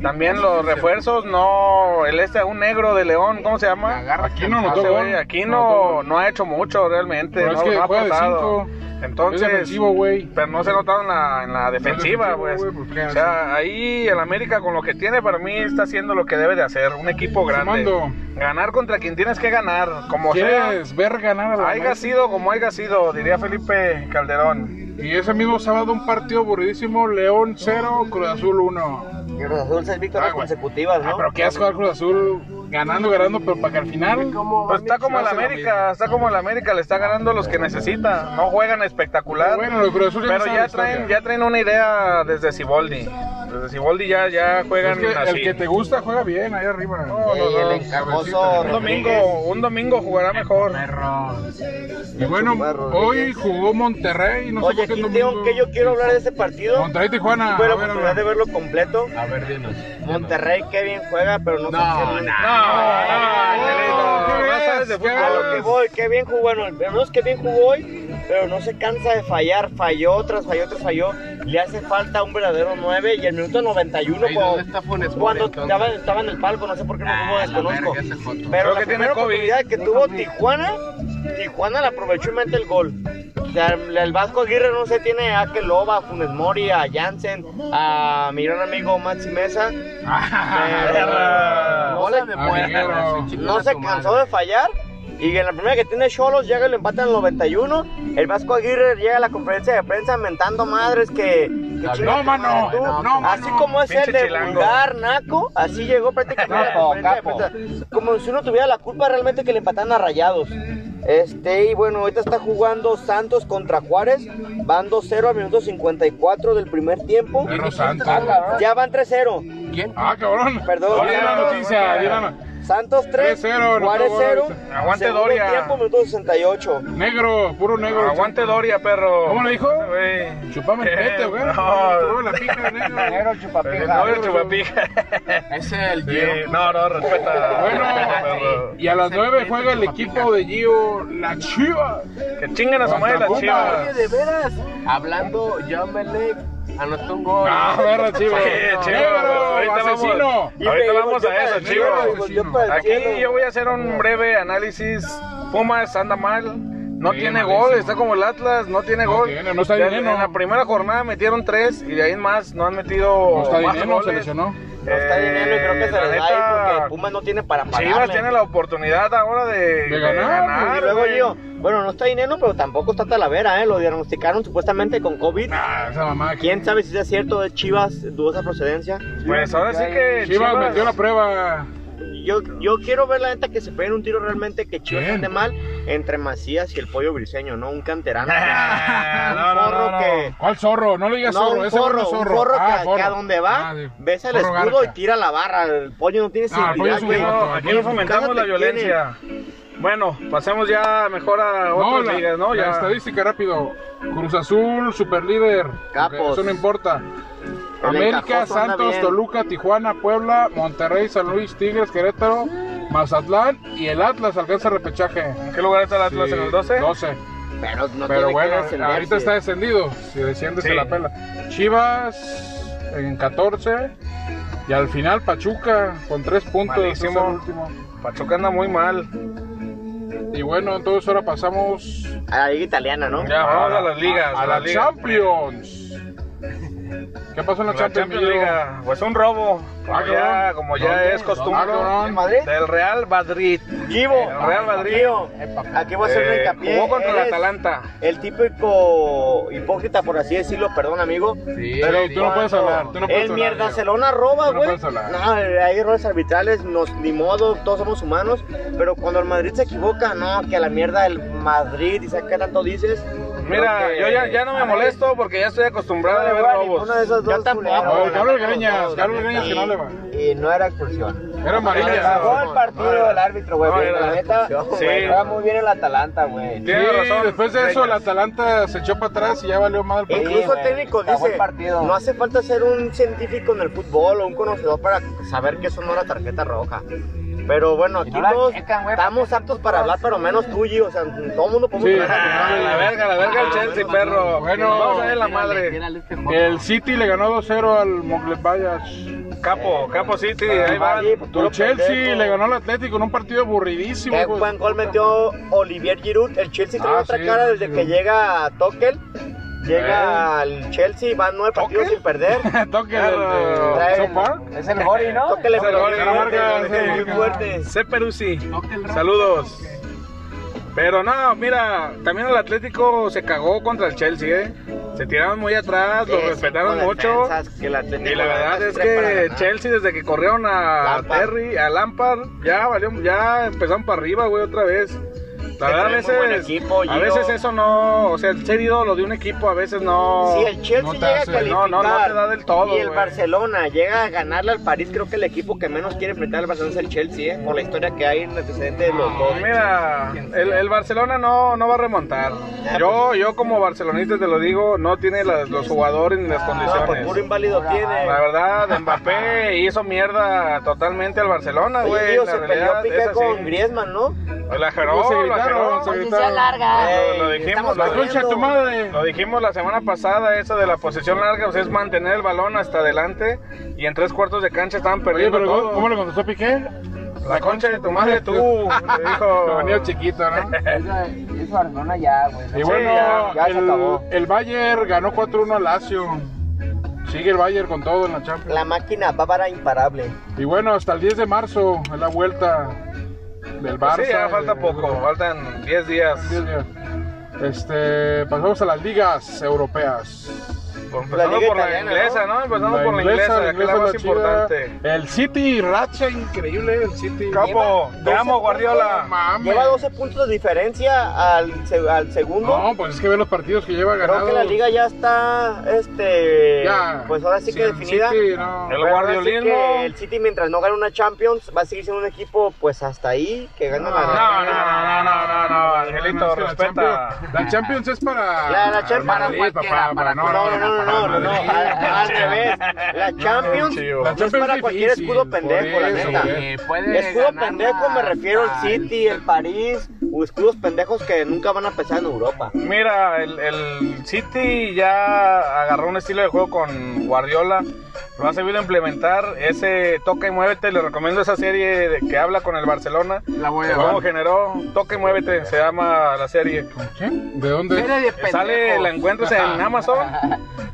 B: También los refuerzos, no. El este, un negro de León, ¿cómo se llama? Ah,
D: Agarra aquí, no
B: Ese
D: notó
B: güey
D: gol.
B: aquí
D: notó
B: no,
D: gol.
B: no ha hecho mucho realmente,
D: Pero
B: no,
D: es que
B: no ha
D: juega de
B: aportado.
D: cinco.
B: Entonces,
D: Es defensivo, güey.
B: pero no se ha notado en la, en la defensiva,
D: defensivo,
B: pues.
D: güey, pues, ¿qué
B: o sea, ahí el América con lo que tiene para mí está haciendo lo que debe de hacer, un equipo grande.
D: Sumando.
B: Ganar contra quien tienes que ganar, como sea.
D: ¿Quieres ver ganar a la
B: Haiga
D: América?
B: sido como haiga sido, diría Felipe Calderón.
D: Y ese mismo sábado un partido aburridísimo, León 0, Cruz Azul 1.
E: Cruz Azul seis victorias
D: Ah, güey.
E: consecutivas, ¿no?
D: Ah, pero qué asco al Cruz Azul, ganando, ganando, pero para que al final...
B: Pues está como el
D: hace lo
B: América, está como el América, le está ganando a los que necesita. No juegan espectacular.
D: Bueno, los Cruz Azul
B: Pero
D: saben
B: ya
D: la
B: traen,
D: historia.
B: ya traen una idea desde Siboldi. Desde Siboldi ya, ya juegan
D: Es que
B: así.
D: el que te gusta juega bien, ahí arriba.
B: No, no,
E: Ey,
B: no.
E: el encajoso
D: Cabecita,
B: Un
E: Rodríguez.
B: domingo, un domingo jugará mejor.
D: Y bueno, hoy jugó Monterrey, no
E: Oye,
D: sé por qué
E: aquí
D: el
E: tengo
D: domingo.
E: que yo quiero pues, hablar de ese partido.
D: Monterrey Ah, Tijuana.
E: Tuve la
D: a ver,
E: oportunidad de
D: habla.
E: verlo completo.
G: Ah,
F: A ver, dinos. dinos.
E: Monterrey qué bien juega, pero no,
F: No,
E: sé si-
F: no.
B: No,
D: Ah,
E: Ah,
B: no, Angelito,
D: ¿qué
B: no
D: ves?
B: sabes de
D: ¿Qué
B: fútbol.
E: A lo que voy, qué bien jugó, bueno, vemos que bien jugó hoy, pero no se cansa de fallar, falló tras falló tras falló, le hace falta un verdadero 9 y el minuto 91
F: Ahí,
E: cuando,
F: ¿dónde está Funes Mori,
E: cuando
F: entonces?
E: estaba, estaba en el palco, no sé por qué no
F: Ah,
E: jugó,
F: la
E: desconozco.
F: verga, ese joto.
E: Pero
B: Creo
E: la
B: que tiene
E: primera
B: COVID.
E: oportunidad que tuvo Tijuana, Tijuana la aprovechó y mete el gol. O sea, el el Vasco Aguirre no se tiene a Keloba, a Funes Mori, a Jansen, a mi gran amigo Maxi Mesa. Pero- no
F: Bola
E: sé-
F: de
D: Amiguero.
F: muerta, güey, chingada
E: no se
F: tu
E: cansó
F: madre.
E: de fallar. Y en la primera que tiene Cholos llega y lo empata en el 91. El Vasco Aguirre llega a la conferencia de prensa mentando madres que. que
F: No,
E: chinga tu
D: mano,
E: madre, tú.
D: no, mano.
E: Así como es
B: Pinche
E: el de
B: chilango.
E: vulgar, naco, así llegó prácticamente a la
F: Capo,
E: conferencia de
F: capo.
E: prensa. Como si uno tuviera la culpa realmente que le empatan a rayados. Este, y bueno, ahorita está jugando Santos contra Juárez. Van 2-0 al minuto 54 del primer tiempo.
D: Perro santo.
E: Ya van 3-0.
F: ¿Quién?
D: Ah, cabrón.
E: Perdón.
D: Oye, la
E: Perdón.
D: noticia, di la no-
E: Santos 3,
D: 3-0, no
E: Juárez
D: acabó
E: 0.
D: ahorita.
B: Aguante
E: Segundo
B: Doria.
E: tiempo, minuto 68.
D: Negro, puro negro.
B: Aguante Doria, perro.
D: ¿Cómo le dijo?
B: Güey. Eh,
D: Chupame el pete, güey.
B: No,
D: Chupame la pica, negro.
F: Negro
B: no,
F: chupapija.
B: el chupapija.
F: Es el
B: Sí,
F: Diego.
B: No, no, respeta.
D: Bueno, y a las 9 juega el equipo de Gio, la Chiva.
B: Que chinguen a su madre las
F: Oye,
B: chivas.
F: de veras, hablando, John Melec anotó un gol.
D: Ah, perro Chiva.
B: Sí, Chiva,
D: Negro,
B: ahorita vamos.
D: asesino.
E: Y
B: Ahorita
E: me
B: vamos
E: volteó
B: a eso,
E: para el cielo,
B: chivos.
E: me volteó para el cielo.
B: Aquí yo voy a hacer un breve análisis. Pumas anda mal. No
D: Sí,
B: tiene
D: malísimo.
B: gol, está como el Atlas, no tiene
D: No
B: gol.
D: tiene, no está
B: Ya
D: dinero.
B: En la primera jornada metieron tres y de ahí en más no han metido.
D: No está
B: más
D: dinero, se
B: goles.
D: lesionó.
E: No está
B: Eh,
E: dinero y creo que se
B: la
E: les va a ir
B: neta,
E: porque Pumas no tiene para pagarle.
B: Chivas tiene la oportunidad ahora de,
D: De ganar,
E: Y
D: güey.
E: luego
B: güey.
E: digo, bueno, no está dinero, pero tampoco está Talavera, ¿eh? Lo diagnosticaron supuestamente con COVID.
D: Ah, esa mamá.
E: ¿Quién sabe si sea cierto de Chivas dudosa procedencia?
B: Pues ahora sí que
D: Chivas metió la prueba.
E: Yo, yo quiero ver la neta que se peguen un tiro realmente que Chivas
D: ¿Quién?
E: ande mal entre Macías y el pollo briseño, ¿no? Un canterano.
B: Ah,
E: un
B: no, no,
E: forro
B: no, no.
E: que...
D: ¿Cuál zorro? No le digas
E: No,
D: zorro,
E: un
D: ese güey no
E: forro,
D: es
E: un
D: zorro.
E: forro que
D: Ah,
E: a- que
D: forro.
E: a donde va,
D: Ah, sí.
E: ves el
D: Forro
E: escudo
D: garca.
E: y tira la barra. El pollo no tiene
D: Ah, el pollo
E: seguridad,
D: es un
E: güey.
D: gato.
B: No, aquí no fomentamos la
E: Cásate,
B: violencia. Bueno, pasemos ya mejor a
D: No,
B: otras
D: la,
B: ligas, ¿no?
D: la
B: Ya.
D: estadística rápido. Cruz Azul, superlíder.
E: Capos.
D: Ok, Eso no importa. América,
E: encajoso anda
D: Santos,
E: bien.
D: Toluca, Tijuana, Puebla, Monterrey, San Luis, Tigres, Querétaro, Mazatlán y el Atlas alcanza repechaje.
B: ¿En qué lugar está el Atlas
D: Sí,
B: en el 12?
D: 12.
E: Pero, no tiene
D: Pero
E: que
D: bueno,
E: ascender,
D: ahorita
E: sí.
D: está descendido. Si desciende,
B: Sí.
D: se la pela. Chivas en 14. Y al final Pachuca con 3 puntos.
B: Malísimo.
D: es el último.
B: Pachuca anda muy mal.
D: Y bueno, entonces ahora pasamos
E: A la liga italiana, ¿no?
B: Ya, vamos a las ligas.
D: a, la
B: las ligas.
D: Champions. ¿Qué pasó en la,
B: La
D: Champions,
B: Champions
D: Miguel?
B: League, pues un robo, como
D: Ah,
B: ya,
D: cabrón.
B: como
D: No,
B: ya es
D: no,
B: costumbre,
D: no, no.
B: cabrón, del Real Madrid.
E: Givo,
B: El Real Madrid.
E: Givo, aquí voy a hacer un
B: Eh,
E: hincapié.
B: jugó contra el
E: Eres
B: Atalanta.
E: El típico hipócrita, por así decirlo, perdón, amigo.
F: Sí,
D: Pero
F: sí.
D: tú no puedes hablar, tú no puedes
E: el
D: hablar.
E: mierda
D: Diego.
E: se lo roba,
D: Tú no
E: güey.
D: puedes hablar.
E: No, hay errores arbitrales, nos, ni modo, todos somos humanos. Pero cuando el Madrid se equivoca, no, que a la mierda el Madrid, y sabes qué tanto dices.
B: Mira,
E: Creo que-
B: yo ya, ya no me molesto porque ya estoy acostumbrado a ver robos.
E: Una de esas dos
C: Yo tampoco.
E: culeras.
D: Oye, Gabriel Greñas, Gabriel Greñas que no le va.
C: Y no era expulsión.
D: Era amarilla.
C: Acabó el partido del árbitro, güey.
B: No,
C: pero
B: era
C: la
B: la
C: neta,
B: expulsión,
C: sí.
B: güey.
C: juega muy bien el Atalanta, güey.
D: Sí,
B: Tiene razón.
D: después de eso el
B: Greñas.
D: Atalanta se echó para atrás y ya valió mal el
E: E
D: partido.
E: Incluso el
C: güey,
E: técnico
C: acabó
E: dice,
C: el partido.
E: no hace falta ser un científico en el fútbol o un conocedor para saber que eso no era tarjeta roja. Pero bueno, aquí
G: no la
E: todos
G: checan, güey,
E: estamos aptos para hablar, pero menos tú y yo, o sea, todo el mundo podemos
D: Sí.
E: hablar.
B: Ah, la verga, la verga el Chelsea, perro.
D: Bueno.
B: vamos a ver la madre.
G: Tírale este
D: El City le ganó 2-0 al Mönchengladbach.
B: Capo, Capo City,
E: Ah,
B: ahí van.
E: Madrid, puro
D: El Chelsea
E: pendejo.
D: le ganó al Atlético en un partido aburridísimo.
E: Qué
D: pues.
E: buen gol metió Olivier Giroud. El Chelsea trae
D: Ah,
E: otra
D: sí,
E: cara desde
D: sí.
E: que llega a Tokel. Llega al Chelsea, van nueve partidos
D: ¿Tokel?
E: sin perder.
D: Toque del de
E: Trae
D: South
E: el-
D: Park.
G: Es el Gori, ¿no?
E: Tokel es
B: Ese gol, ese
E: muy
D: gol,
E: fuerte,
D: ese
E: muy
D: gol.
E: fuerte.
B: Ceperusi. Saludos. Pero no, mira, también el Atlético se cagó contra el Chelsea, ¿eh? Se tiraron muy atrás, lo
E: Sí,
B: respetaron
E: cinco
B: mucho.
E: defensas que el Atlético
B: Y la verdad
E: neta
B: es
E: sí trae para
B: que
E: ganar.
B: Chelsea desde que corrieron a
E: Lampard.
B: Terry, a Lampard, ya valió, ya empezaron para arriba, güey, otra vez. La
E: Que
B: verdad, a
E: trae muy buen
B: veces,
E: equipo,
B: a
E: Gio.
B: veces eso no, o sea, el ser ídolo de un equipo a veces no...
E: Si el Chelsea
D: no te
E: llega a
D: hace-
E: calificar
B: no, no, no te da del todo,
E: y el
B: güey.
E: Barcelona llega a ganarle al París, creo que el equipo que menos quiere enfrentar al Barcelona es el Chelsea, ¿eh? por la historia que hay en el antecedente de los dos.
B: Ah, Mira, el, el Barcelona no, no va a remontar. Yo, yo como barcelonista te lo digo, no tiene las- los jugadores ni las
E: No, Ah, por puro
B: condiciones.
E: inválido tiene.
B: La verdad, Mbappé hizo mierda totalmente al Barcelona,
E: Oye,
B: güey.
E: tío,
B: La
E: se peleó
B: realidad es
E: Piqué
B: así.
E: con Griezmann, ¿no?
B: La Jerón,
D: Se
B: la
D: gritaron,
B: Jerón.
D: se gritaron.
E: Ey,
B: Lo, lo dijimos,
E: estamos
B: la,
D: La concha de tu madre.
B: lo dijimos la semana pasada, eso de la posesión larga, o sea, es mantener el balón hasta adelante y en tres cuartos de cancha estaban
D: Oye,
B: perdiendo
D: pero
B: todo.
D: ¿cómo le contestó Piqué?
B: La concha de tu madre, tú, le
D: Lo
B: dijo.
D: venía chiquito, ¿no?
G: Eso, eso Arnona ya, güey.
D: Y bueno,
B: ya-
C: ya se acabó.
D: el, el Bayern ganó 4-1 al Lazio. Sigue el Bayern con todo en la Champions.
E: La máquina bávara imparable.
D: Y bueno, hasta el 10 de marzo es la vuelta del Barça.
B: Pues Sí, ya falta
D: Eh,
B: poco, faltan 10 días.
D: 10 días. Este, pasamos a las ligas europeas.
B: Empezando
E: liga
B: por la
E: italiana,
B: inglesa, ¿no? Empezando por la inglesa, que es la más
D: chida.
B: importante.
D: El City racha increíble, el City.
B: Capo, te
E: doce
B: amo,
D: No
B: Guardiola.
D: mames.
E: Lleva 12 puntos de diferencia al, se- al segundo.
D: No, pues es que ve los partidos que lleva
E: Creo
D: ganado.
E: que la liga ya está, este,
D: Ya.
E: pues ahora sí que
D: Sin
E: definida.
D: City, no.
B: El
E: Pero ahora sí
B: guardiolismo.
E: que el City mientras no gane una Champions va a seguir siendo un equipo pues hasta ahí que gana
D: No,
E: la
B: No, no, no, no, no, no, Angelito,
D: es que la
B: respeta.
D: Champions- La Champions es para.
E: La- la Champions-
D: para
E: para
D: Madrid,
G: cualquiera,
D: papá,
G: para-
D: para- No, no, no,
E: no, no, no,
D: Madrid.
E: al, al revés. La Champions,
B: chido.
E: no
D: La
E: es
D: Champions
E: para
D: es
E: cualquier
D: difícil,
E: escudo
D: por
E: pendejo, la
D: eso,
E: neta.
D: güey.
G: puede
E: Escudo
G: ganar
E: pendejo me
G: la-
E: refiero
G: la-
E: al City, el París, o escudos pendejos que nunca van a pesar en Europa.
B: Mira, el, el City ya agarró un estilo de juego con Guardiola. Lo ha sabido implementar. Ese toca y muévete. Le recomiendo esa serie de- que habla con el Barcelona.
G: La voy a
B: ¿Cómo
G: ver.
B: generó? Toca y muévete, se llama la serie. Eh,
D: ¿Quién? ¿De dónde?
G: Mira de
B: Sale,
G: pendejos.
B: la encuentras en Amazon,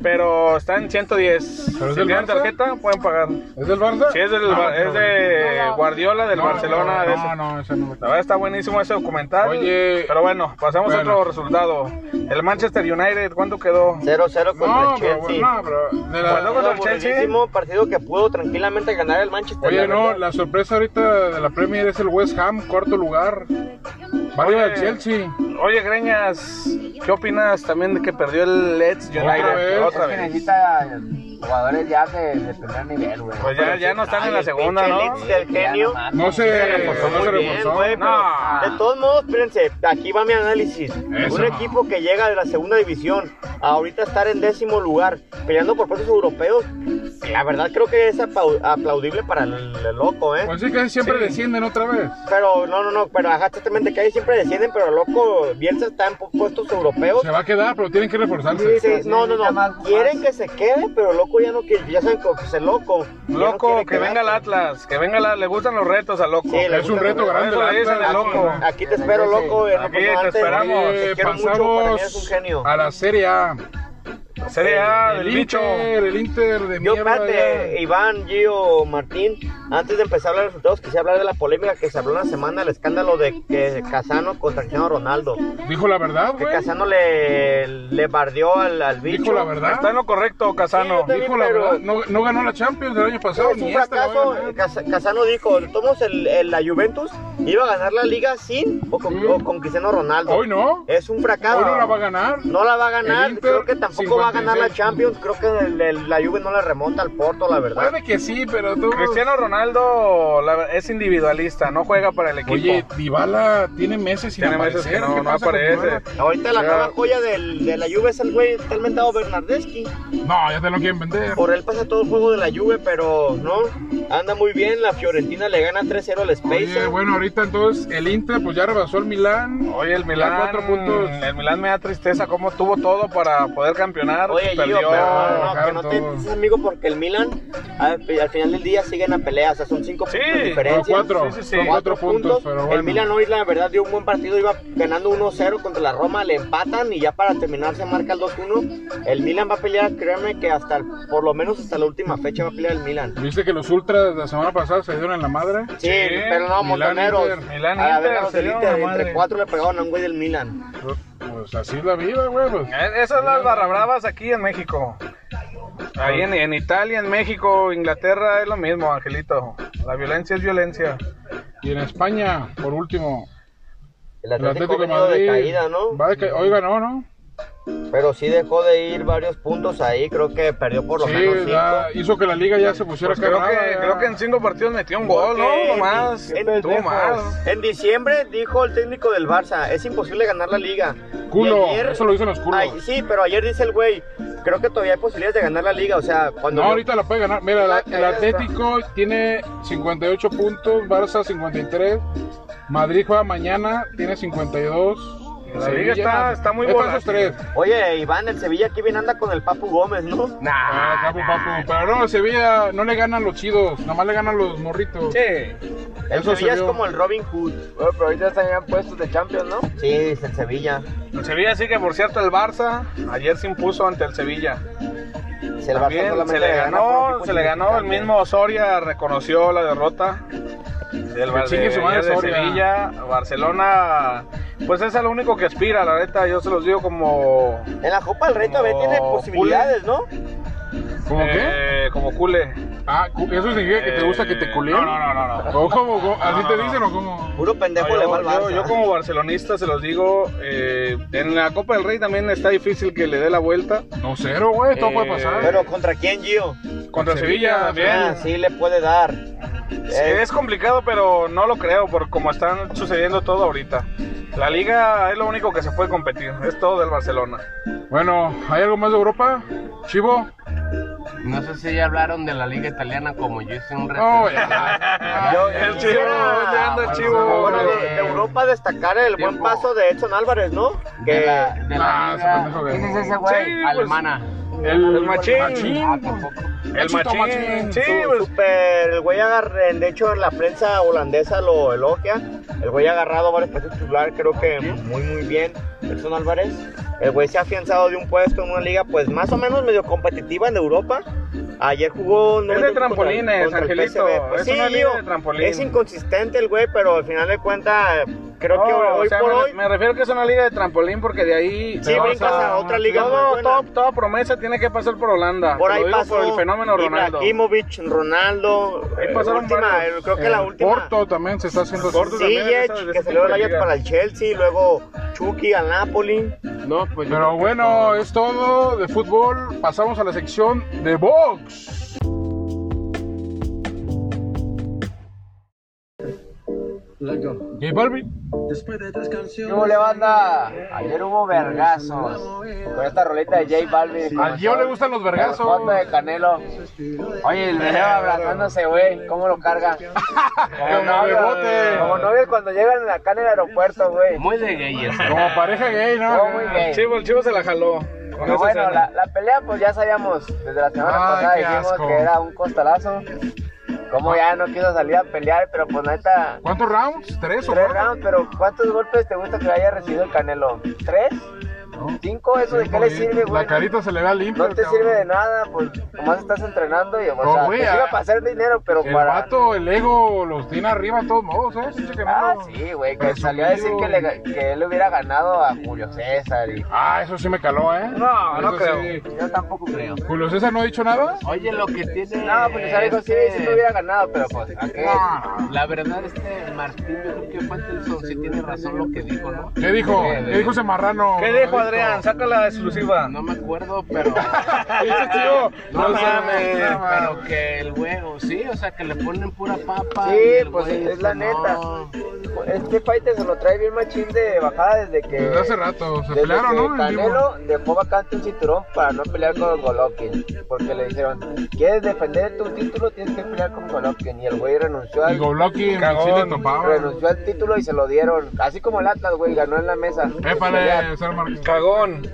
B: pero está en 110. Si
D: ¿Pero es del
B: tienen
D: Barça? Ah,
B: tarjeta, pueden pagar.
D: ¿Es del Barça?
B: Si es, del, Bar- es de Guardiola, del
D: No,
B: Barcelona. de ese.
D: No, no, ese no me
B: La verdad está buenísimo ese documental.
D: Oye.
B: Pero bueno, pasamos
D: Bueno.
B: a otro resultado. El Manchester United, ¿cuánto quedó?
E: 0-0 contra
D: No,
E: el
D: pero
E: Chelsea.
D: bueno, no, pero. de la-
B: Bueno, contra el
E: Fue
B: Chelsea.
E: aburridísimo partido que pudo tranquilamente ganar el Manchester.
D: Oye,
E: la
D: no,
E: verdad.
D: la sorpresa ahorita de la Premier es el West Ham, cuarto lugar. Va arriba
B: Oye,
D: el Chelsea.
B: Oye, Greñas, ¿qué opinas también de que perdió el Leeds United?
D: vez.
B: Otra
G: Es que
B: vez.
G: necesita jugadores ya de, de primer nivel, güey.
B: Pues ya, ya no están en la
E: Ay,
B: segunda,
E: pinche
B: ¿no?
E: Leeds del genio.
D: No se
E: reforzó
D: no
E: muy
D: se
E: bien,
D: reforzó.
E: güey.
B: No.
E: De todos modos, espérense, aquí va mi análisis.
D: Eso.
E: Un equipo que llega de la segunda división, a ahorita estar en décimo lugar, peleando por puestos europeos, la verdad creo que es apau- aplaudible para el, el loco, ¿eh?
D: Pues sí, casi siempre
B: Sí.
D: descienden otra vez.
E: Pero no, no, no, pero ajá, exactamente que ahí siempre descienden, pero el loco, Bielsa está en pu- puestos europeos.
D: Se va a quedar, pero tienen que reforzarse.
E: Sí, sí, no, no, no. Quieren que se quede, pero el loco ya no quiere, ya saben que es el loco. Ya no
B: Loco,
E: quiere
B: que venga el
E: quedarse.
B: Atlas, que venga el Atlas, le gustan los retos al loco.
E: Sí, le
D: Es un
E: gusta
D: reto
E: que-
D: grande.
B: Eso
D: el
B: le dicen
D: Atlas.
B: el loco.
E: Aquí te espero, loco.
B: Aquí te esperamos.
E: Te
D: Eh,
E: quiero mucho, para mí eres un
D: pasamos
E: genio.
D: a la Serie A.
B: Sería el,
D: el
B: bicho.
D: Inter, el Inter de
E: Yo,
D: mierda.
E: espérate,
D: ya.
E: Iván, Gio, Martín, antes de empezar a hablar de resultados, quisiera hablar de la polémica que se habló en la semana, el escándalo de que Casano contra Cristiano Ronaldo.
D: Dijo la verdad,
E: Que
D: güey.
E: Casano le, le bardeó al, al bicho.
D: Dijo la verdad.
B: Está en lo correcto, Casano.
E: Sí, yo
D: Dijo la
E: Pero-
D: verdad. No, no ganó la Champions del año pasado.
E: Es
D: ni
E: un
D: esta la va a
E: fracaso.
D: ganar.
E: Cas- Casano dijo, tomos el, el- la Juventus, iba a ganar la liga sin o con, o con Cristiano Ronaldo.
D: Hoy no.
E: Es un fracaso.
D: Hoy no la va a ganar.
E: No la va a ganar,
D: El Inter,
E: creo que tampoco va a ganar la
D: 56.
E: Champions, creo que el- el- la Juve no le remonta al Porto, la verdad.
D: Puede que sí, pero tú.
B: Cristiano Ronaldo la- es individualista, no juega para el equipo.
D: Oye, Dybala tiene meses sin
B: Tiene meses
D: aparecer.
B: que no,
D: ¿Qué
B: no
D: pasa con
B: aparece.
D: Dybala?
E: Ahorita la
B: Mira.
E: nueva joya del- de la Juve es el güey, está inventado Bernardeschi.
D: No, ya te lo quieren vender.
E: Por él pasa todo el juego de la Juve, pero no, anda muy bien, la Fiorentina le gana 3-0 al
D: Oye,
E: Spacer.
D: bueno, ahorita entonces el Inter pues ya rebasó al Milán.
B: Oye, el Milán,
D: cuatro puntos.
B: el Milán me da tristeza cómo tuvo todo para poder campeonar.
E: Oye, Gio,
B: perdió.
E: pero no, no, que
D: bajaron
E: no te
D: todo.
E: dices amigo porque el Milan al, al final del día siguen a pelea, o sea, son cinco
B: Sí,
E: puntos de
D: No,
E: diferencia.
D: cuatro.
B: Sí, sí, sí.
D: Son cuatro puntos, pero bueno.
E: El Milan hoy, la verdad, dio un buen partido. Iba ganando 1-0 contra la Roma, le empatan y ya para terminar se marca el 2-1. El Milan va a pelear, créanme que hasta, el- por lo menos hasta la última fecha va a pelear el Milan.
D: ¿Viste que los ultras la semana pasada se dieron en la madre?
E: Sí, pero no,
D: Milan,
E: Montoneros.
D: Inter.
B: Milán,
E: a la
B: Inter,
E: verga,
B: se
E: el
B: dieron
E: Inter,
B: la madre.
E: entre cuatro le pegaron a un güey del Milan.
D: Pues así es la vida, güey. pues.
B: Eh, Esas son las barrabravas aquí en México. Ahí en, en Italia, en México, Inglaterra es lo mismo, Angelito. La violencia es violencia.
D: Y en España, por último, el
E: El
D: Atlético
E: Atlético,
D: de
E: venido
D: Madrid.
E: de caída, ¿no?
D: va de ca- hoy ganó, ¿no?
E: Pero sí dejó de ir varios puntos ahí, creo que perdió por lo
D: sí,
E: menos cinco.
D: ya hizo que la liga ya se pusiera
B: Pues creo,
D: cargada,
B: que,
D: ya.
B: creo que en cinco partidos metió un gol, ¿no?
E: Porque
B: No más.
E: en-
B: Tuvo más.
E: En diciembre dijo el técnico del Barça, es imposible ganar la liga.
D: Culo,
E: Y
D: eso lo dicen los culos.
E: Ay, sí, pero ayer dice el güey, creo que todavía hay posibilidades de ganar la liga, o sea, cuando
D: No,
E: yo-
D: ahorita la puede ganar. Mira, la- el
E: caída está.
D: Atlético tiene 58 puntos, Barça 53, Madrid juega mañana, tiene 52.
B: La
D: Sevilla-
B: liga está- está muy
D: Estos esos
B: volátil.
D: tres.
E: Oye, Iván, el Sevilla aquí bien anda con el Papu Gómez, ¿no?
D: Ah,
F: Nah,
D: papu, papu. Pero no, el Sevilla no le ganan los chidos, nomás le ganan los morritos.
B: Sí.
E: El
D: Eso se
E: Sevilla es
D: vio.
E: como el Robin Hood.
G: Bueno, pero ahorita están ya en puestos de Champions, ¿no?
E: Sí, es el Sevilla.
B: El Sevilla sí que, por cierto, el Barça ayer se impuso ante el Sevilla.
E: Si el Barça
B: También
E: solamente
B: se le
E: gana por un
B: ganó,
E: equipo
B: se le ganó, el
E: insignificante.
B: mismo Osoria reconoció la derrota del Bar-
D: chingue
B: de,
D: su madre
B: de
D: Soria.
B: Sevilla, Barcelona, pues es lo único que aspira, la neta, yo se los digo como
E: En la Copa del Rey todavía
B: Como
E: tiene posibilidades, ¿no?
D: ¿Cómo qué?
B: eh, como cule.
D: Ah, cu- ¿eso significa que te gusta que te
B: Eh,
D: culien?
B: No, no, no, no. no.
D: ¿O cómo? cómo? ¿Así
B: No,
D: te
B: no,
D: dicen o cómo?
E: Puro pendejo
B: No,
E: le va al
B: yo,
E: Barça.
B: yo- yo como barcelonista se los digo, eh, en la Copa del Rey también está difícil que le dé la vuelta
D: No, cero, güey, todo
B: Eh,
D: puede pasar.
E: Pero ¿contra quién, Gio?
B: contra Sevilla,
D: Sevilla,
B: también.
E: Ah, sí le puede dar.
B: Sí,
E: Eh,
B: es complicado, pero no lo creo por cómo están sucediendo todo ahorita. La liga es lo único que se puede competir, es todo del Barcelona.
D: Bueno, ¿hay algo más de Europa? ¿Chivo?
F: No sé si ya hablaron de la liga italiana como yo hice un reto.
D: No, ya.
E: Yo-
B: El
E: yo
B: chivo,
E: quisiera-
B: ¿dónde anda el chivo?
E: Ah, Bueno, de, de Europa destacar el buen
F: Tiempo.
E: paso de Edson Álvarez, ¿no?
F: de
E: Que
F: la, de la
D: Ah,
F: liga-
D: ese pendejo que-
F: ¿Quién es ese güey?
B: Sí, pues-
F: Alemana.
B: El machín.
F: Ah, tampoco.
B: El
D: Machito,
B: machín.
D: machín.
B: Sí,
E: su-
B: pues,
E: super, el güey agarre, de hecho en la prensa holandesa lo elogia, el güey ha agarrado varios puestos titular, creo que muy muy bien, Edson Álvarez, el güey se ha afianzado de un puesto en una liga pues más o menos medio competitiva en Europa, ayer jugó... no
B: Es de
E: contra-
B: trampolines,
E: el
B: Angelito,
E: PSV. Pues
B: es
E: sí,
B: una liga
E: digo,
B: de trampolín.
E: es inconsistente el güey, pero al final de cuentas creo que
B: no,
E: hoy
B: Oh, o sea,
E: por
B: me,
E: hoy...
B: me refiero que es una liga de trampolín porque de ahí
E: Sí,
B: te vas
E: brincas a otra liga
B: Todo-
E: muy buena.
B: todo- toda promesa tiene que pasar por Holanda.
E: Por
B: Te
E: ahí
B: lo digo
E: pasó
B: por el fenómeno Ronaldo.
E: Ibrahimovic, Ronaldo.
B: Ahí
E: eh,
B: pasaron
E: última,
B: varios.
E: eh, creo que la
D: El
E: última.
D: Porto también se está haciendo...
B: Porto
E: Sí,
B: también,
E: Yech,
B: esa- de
E: que
B: ese
E: salió
B: tipo
E: el
B: de
E: Ajax
B: liga.
E: para el Chelsea, luego Chucky al Napoli.
F: No, pues yo
D: Pero
F: creo que
D: bueno, es todo de fútbol. Pasamos a la sección de box. J Balvin.
G: ¿Qué hubo, le banda? Ayer hubo vergazos con esta rolita de J Balvin.
D: Al Gio le gustan los vergazos.
G: Foto de Canelo. Oye, el video abrazándose, güey. ¿Cómo lo carga?
D: Como bebote.
G: Como novios cuando llegan acá en el aeropuerto, güey.
F: Muy de este. gays.
D: Como pareja gay, ¿no?
G: Oh, muy gay.
B: El Chivo, el chivo se la jaló. con esa
G: Pero bueno,
B: escena.
G: la, la pelea pues ya sabíamos, desde la semana
D: Ay,
G: pasada
D: qué
G: dijimos
D: asco.
G: que era un costalazo. Como ya no quiso salir a pelear, pero pues neta,
D: ¿Cuántos rounds? ¿Tres o
G: tres
D: cuatro?
G: rounds, pero ¿cuántos golpes te gusta que haya recibido el Canelo? ¿Tres? Cinco, eso de qué le sirve, güey.
D: La carita se le vea limpia.
G: No te
D: cabrón.
G: sirve de nada, pues nomás estás entrenando y o
D: No,
G: sea,
D: güey,
G: te
D: a-
G: sirve para hacer dinero, pero
D: El
G: para.
D: vato, el ego, los tiene arriba de todos modos, ¿eh? Pinche que no
G: Ah,
D: lo-
G: sí, güey, que salió a decir que, le, ga- que él hubiera ganado a Julio César y
D: Ah, eso sí me caló, ¿eh?
B: No, no
D: Eso
B: creo.
D: sí.
G: yo tampoco creo.
D: ¿Julio César no ha dicho nada?
F: Oye, lo que tiene.
G: No, pues les dijo sí, sí
F: este-
G: me hubiera ganado, pero pues, ¿a qué?
F: La verdad, este Martín, yo creo que Faitelson sí tiene razón lo que dijo, ¿no?
D: ¿Qué dijo? ¿Qué dijo ese marrano?
B: ¿Qué dijo Adrián? Saca la exclusiva.
F: No me acuerdo, pero.
D: Ese tío.
F: No mames,
D: no mames.
F: pero que el huevo, sí, o sea, que le ponen pura papa.
G: Sí,
F: y el
G: pues,
F: güey,
G: es la
F: no.
G: neta. Este fighter se lo trae bien machín de bajada desde que.
D: Desde hace rato, se
G: desde
D: pelearon,
G: que
D: ¿no? En vivo.
G: Canelo dejó vacante un cinturón para no pelear con Golovkin. Porque le dijeron, ¿quieres defender tu título? Tienes que pelear con Golovkin. Y el güey renunció
D: Y
G: al,
D: Golovkin, sí le
B: Cagón.
D: topaba.
G: renunció al título y se lo dieron. Así como el Atlas, güey, ganó en la mesa.
D: Épale, ser Marquez.
B: Cagón.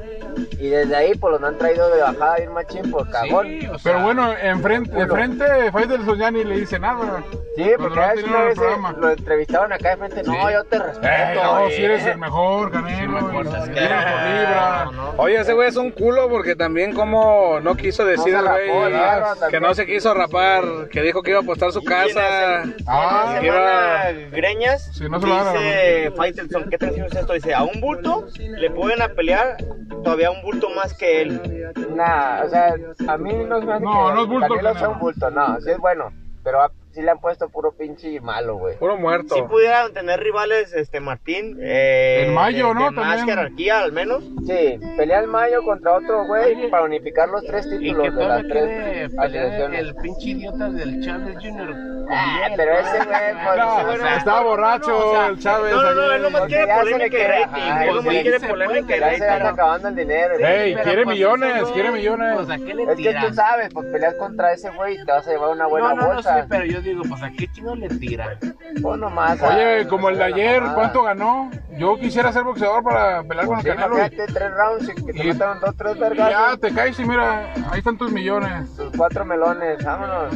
G: Y desde ahí, pues los han traído de bajada bien machín por cagón.
F: Sí, o sea,
D: Pero bueno, enfrente, enfrente Faitelson ya ni le dice nada.
G: Sí,
D: Lo
G: porque
D: traen
G: a veces
D: en el
G: una vez eh,
D: programa.
G: lo entrevistaban acá de frente. No, yo te respeto.
D: Eh, no, si
G: eh.
D: eres el mejor, Canelo. Libra por
F: acuerdo.
D: libra.
B: Oye, ese güey es un culo porque también como no quiso decir
G: No se
B: el güey
G: rapó,
B: ah,
G: claro,
B: que
G: también.
B: no se quiso rapar, que dijo que iba a apostar su casa.
D: Ah,
B: que iba-
E: semana Greñas
D: Sí, no se lo hagan,
E: dice Faitelson, ¿qué tensión es esto? Dice, a un bulto le pueden a pelear todavía un bulto más que él.
G: Nah, o sea, a mí no se me hace
D: No,
G: que
D: no es bulto,
G: Canelo
D: Canelo.
G: sea un bulto, no, sí es bueno, pero a- sí le han puesto puro pinche malo, güey.
B: puro
E: Si
B: muerto.
E: pudieran tener rivales, este Martín, eh,
D: En mayo,
E: de-
D: ¿no?
E: de más
D: También.
E: jerarquía al menos.
G: Sí, pelea el Mayo contra otro güey
F: Oye,
G: para unificar los tres
F: Y
G: títulos
F: que
G: de las
F: todavía quiere
G: tres
F: pelear
G: asociaciones.
F: el pinche idiota del Chávez Jr. con
G: Ah,
F: él,
G: pero
F: ¿no?
G: ese güey, pues,
D: No,
G: ese güey
D: o sea,
G: no-
D: estaba borracho
F: no, o sea,
D: el Chávez.
E: No, no, no,
D: ayer.
E: él nomás
G: Porque
E: quiere
G: ya se le
E: polémica y
G: quiere-
E: rating.
G: ajá,
E: Él nomás
F: pues,
E: quiere
F: sí se
E: polémica
F: puede,
E: y
G: Ya se le anda
E: rating.
G: acabando el dinero.
D: Ey,
F: Pero,
D: quiere
F: pues,
D: millones,
F: ese güey,
D: quiere millones.
F: Pues a qué le
G: Es que tú
F: tiras?
G: sabes, pues peleas contra ese güey y te vas a llevar una buena
F: no, no, no
G: bolsa.
F: sé, pero yo digo, pues a qué chingo le tira.
G: Pon nomás ah, pues, a-
D: Oye, como el de
G: a la
D: ayer,
G: mamada.
D: ¿cuánto ganó? Yo quisiera ser boxeador para pelear con el
G: Sí,
D: Canelo.
G: Pues, imagínate, tres rounds y que te
D: Y-
G: mataron dos, tres
D: Y Ya
G: vergas.
D: te caes y mira, ahí están tus millones.
G: Sus cuatro melones, vámonos.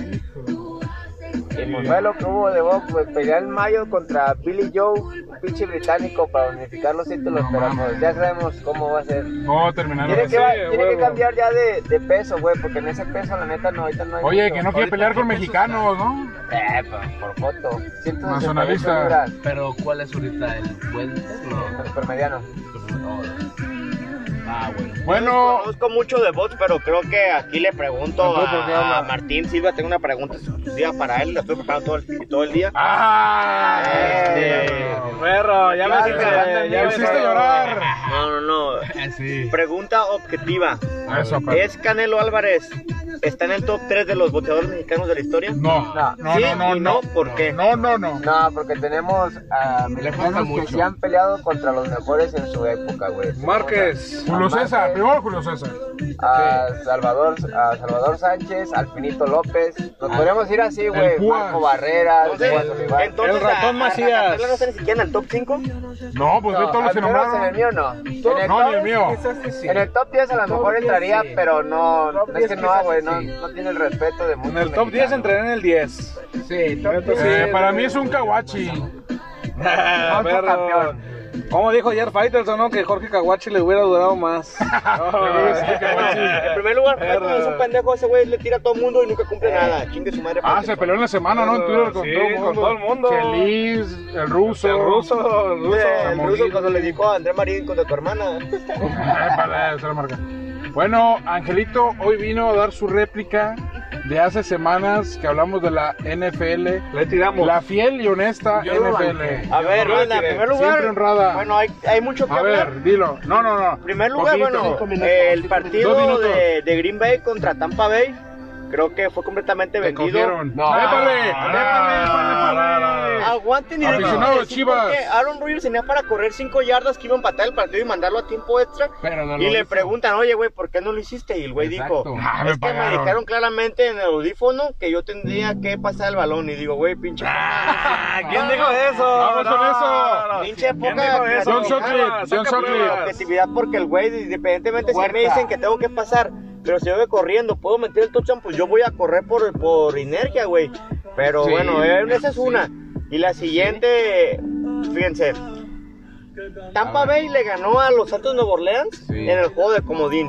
G: Y pues fue lo que hubo de box, pues pelear en mayo contra Billy Joe, un pinche británico, para unificar los títulos,
D: No
G: pero
D: mames.
G: pues ya sabemos cómo va a ser.
D: No, terminaron.
G: Tiene que, va- tiene que
B: huevo.
G: cambiar ya de, de peso, güey, porque en ese peso, la neta, no, ahorita no hay.
D: Oye,
G: mucho.
D: que no quiere pelear con mexicanos, ¿no?
G: Eh, pues, por foto. 168
D: Nacionalista.
G: libras,
F: Pero ¿cuál es ahorita el buen? No,
G: supermediano.
F: no. Ah, bueno.
D: Bueno,
E: Conozco mucho de bots, pero creo que aquí le pregunto a, a Martín Silva. Tengo una pregunta exclusiva para él, la estoy preparando todo el, todo el día.
D: ah,
E: Este,
B: Perro, Eh, ya me
G: Ya,
B: hiciste,
G: ya,
B: ya
D: me
B: me
D: hiciste llorar.
E: No, no, no.
D: Ah,
F: Sí.
E: Pregunta objetiva.
D: Eso, pero-
E: ¿Es Canelo Álvarez? ¿Está en el top 3 de los boxeadores mexicanos de la historia?
D: No, no,
G: No.
E: Sí
D: no, no,
E: y
D: no.
E: no, ¿por qué?
D: No, no, no.
G: No, porque tenemos a mexicanos que
F: mucho.
G: sí han peleado contra los mejores en su época, güey.
B: Márquez.
D: Julio
G: Márquez.
D: César, primero Julio César.
G: a Salvador, a Salvador Sánchez, al Finito López. Nos podemos ir así, güey.
D: Púas.
G: Marco Barrera,
E: Entonces,
G: Juan Olivar.
E: entonces
B: El ratón
E: a- a- a
B: Macías.
E: Canelo no está ni siquiera en el top 5.
D: No, pues ve
G: No,
D: todos los
G: al menos en
D: que
G: el
D: nombraron.
G: mío no. En el,
D: No,
G: top,
D: ni el mío.
G: en el top 10 a lo mejor entraría, pero no,
F: Top
G: es que
F: 10
G: no, güey, no,
F: quizás sí.
G: no tiene el respeto de muchos
B: En el top 10
G: mexicanos.
B: entré en el 10.
F: Sí,
B: top
D: Eh,
B: Sí,
D: para
B: no,
D: mí es un kawachi.
B: Perro. Como dijo ayer Faitelson, ¿no? Que Jorge Caguachi le hubiera durado más.
E: En primer lugar,
B: Perro.
E: Faitelson es un pendejo, ese güey le tira a todo el mundo y nunca cumple nada. Chingue su madre.
D: Eh. Ah,
E: Faitelson.
D: se peleó en la semana, ¿no? En Twitter con
B: Sí,
D: todo el mundo.
B: con todo el mundo.
D: Chelis, el ruso.
B: El ruso, el ruso.
E: El ruso
D: Samuel.
E: cuando le dijo a André Marín contra tu hermana.
D: Épale, se la marca. Bueno, Angelito hoy vino a dar su réplica de hace semanas que hablamos de la NFL.
B: Le tiramos.
D: La fiel y honesta
B: Yo lo
D: NFL.
E: A ver,
B: No,
E: en
B: no,
E: primer lugar,
D: Siempre honrada.
E: bueno, hay, hay mucho que
D: a
E: hablar.
D: ver, dilo. No, no, no.
E: En primer lugar,
D: Poquito.
E: bueno, el
D: Dos
E: partido
D: minutos.
E: de, de Green Bay contra Tampa Bay, creo que fue completamente
D: Te
E: vendido. Ah.
D: cogieron. Ah,
F: No.
D: Épale,
F: No,
D: épale, épale, épale.
E: Aguanten y dejen
D: Aficionado de
E: decir
D: ah, Chivas.
E: por qué Aaron Rodgers tenía para correr 5 yardas que iba a empatar el partido y mandarlo a tiempo extra.
F: Pero no lo
E: Y le
F: hizo.
E: preguntan, oye, güey, ¿por qué no lo hiciste? Y el güey dijo,
F: Exacto.
D: Ah, me
E: es que me
D: pagaron.
E: dijeron claramente en el audífono que yo tendría que pasar el balón. Y digo, güey, pinche...
B: ¿Quién dijo eso?
D: Ah, Vamos con eso.
E: Pinche
B: ¿Quién
E: poca-
B: dijo eso?
D: John Sutcliffe,
B: Ah,
D: John
B: saca
D: Sutcliffe.
E: la
B: pruebas.
E: objetividad porque el güey, independientemente si
F: Huerta.
E: me dicen que tengo que pasar, pero si yo voy corriendo, puedo meter el touchdown, pues yo voy a correr por, por inercia, güey. Pero
F: Sí,
E: bueno, eh, esa es una. Y la siguiente, fíjense, Tampa Bay le ganó a los Santos de Nueva Orleans
F: Sí.
E: en el juego de comodín.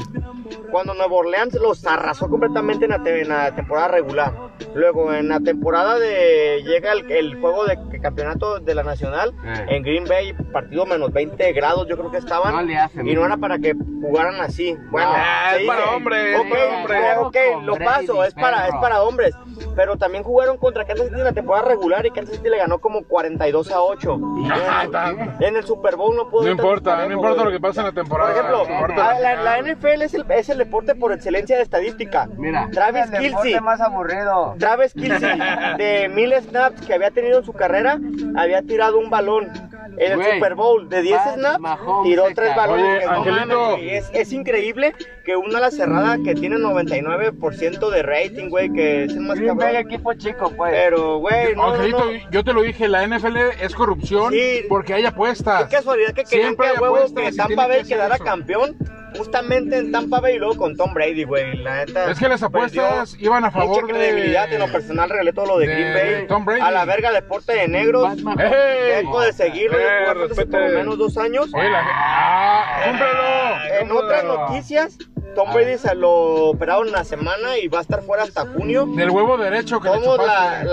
E: Cuando Nueva Orleans los arrasó completamente en la, te- en la temporada regular. Luego en la temporada de llega el, el juego de campeonato de la nacional
F: Eh.
E: en Green Bay, partido menos 20 grados yo creo que estaban.
F: No le hacen.
E: y no era para que jugaran así. Bueno,
B: Ah, es
E: sí,
B: para
E: eh,
B: hombres,
E: ok,
B: para hombres.
E: ok, lo
F: Con
E: paso,
F: Brady,
E: es para, es
F: perro.
E: para hombres. Pero también jugaron contra Kansas City en la temporada regular y Kansas City le ganó como 42 a 8.
D: Ah,
E: Eh,
D: está.
E: en el Super Bowl no pudo.
D: No
E: ir tan
D: importa, no
E: parejo,
D: importa lo
E: güey.
D: que pasa en la temporada.
E: Por ejemplo,
D: no importa.
E: ah, la, la NFL es el, es el deporte por excelencia de estadística.
F: Mira.
E: Travis
G: El
E: Kelsey,
G: deporte más aburrido.
E: Travis Kelsey, de mil snaps que había tenido en su carrera, había tirado un balón. En el
F: Güey,
E: Super Bowl, de 10
F: Pat
E: snaps,
F: Mahomes
E: tiró
F: se
E: tres
F: cagó.
E: balones.
D: Oye,
E: que no mames,
D: Angelito.
E: güey, es, es increíble que una ala cerrada que tiene 99% de rating, güey, que es el más
G: Green Bay,
E: cabrón.
G: equipo chico, pues.
E: Pero, güey, no, no,
D: Angelito,
E: no.
D: yo te lo dije, la NFL es corrupción
E: Sí.
D: porque hay apuestas.
E: Qué casualidad que querían
D: Siempre
E: que
D: hay
E: a huevo
D: apuestas
E: que
D: y
E: Tampa
D: tienen que
E: Bay
D: hacer
E: quedara
D: eso.
E: campeón justamente en Tampa Bay y luego con Tom Brady, güey. La neta.
D: Es que las apuestas iban a favor
E: Pues, Mucha
D: de-
E: credibilidad en lo personal regalé todo lo de,
D: de
E: Green Bay.
D: Tom Brady.
E: A la verga deporte de negros.
F: Pat Mahomes.
D: ¡Ey!
E: Dejo de seguirlo
B: Eh,
E: yo jugué fútbol hace
B: respete.
E: por lo menos dos años.
D: Oye, la... ¡Ah! ¡Cúmplelo!
E: En otras noticias, Tom Brady se lo operaron una semana y va a estar fuera hasta junio.
D: Del huevo derecho que le
E: Somos la,
D: chupaste.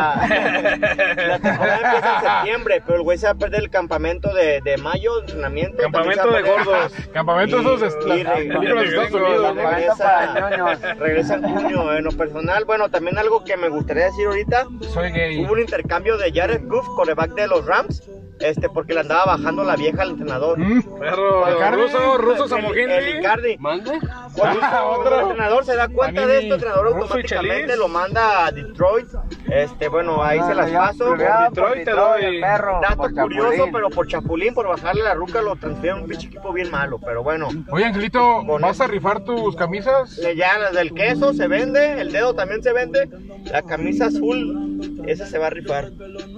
E: la, la temporada empieza en septiembre, pero el güey se va a perder el campamento de, de mayo, entrenamiento.
B: Campamento
E: también se va a
B: de
E: perder-
B: gordos.
D: Campamento
E: Y-
D: esos de las
E: y-
D: películas de
B: gringos,
D: Estados Unidos, ¿no?
G: Campamento para
E: Regresa,
G: ñoños.
E: regresa en junio. En lo personal, bueno, también algo que me gustaría decir ahorita,
D: Soy gay.
E: hubo un intercambio de Jared Goff, coreback de los Rams, este, porque le andaba bajando la vieja al entrenador.
D: Mm,
B: Perro,
D: Icardi.
B: ruso, ruso
E: el, el
B: Samogente.
E: Icardi.
F: ¿Mande?
E: Cuando
D: Ah, otro.
E: el entrenador se da cuenta de esto, el entrenador
B: Russo y
E: automáticamente
B: Chelis.
E: lo manda a Detroit. Este, bueno, ahí se las
G: Ya,
E: paso.
G: ya,
B: Detroit te
G: Detroit,
B: doy.
G: el perro,
E: Dato
G: por
E: curioso,
G: Chapulín.
E: pero por Chapulín, por bajarle la ruca, lo transfieren a un pinche equipo bien malo. Pero bueno,
D: Oye, Angelito,
E: Con
D: ¿vas
E: él.
D: a rifar tus camisas?
E: le- ya las del queso se vende, el dedo también se vende, la camisa azul, esa se va a rifar.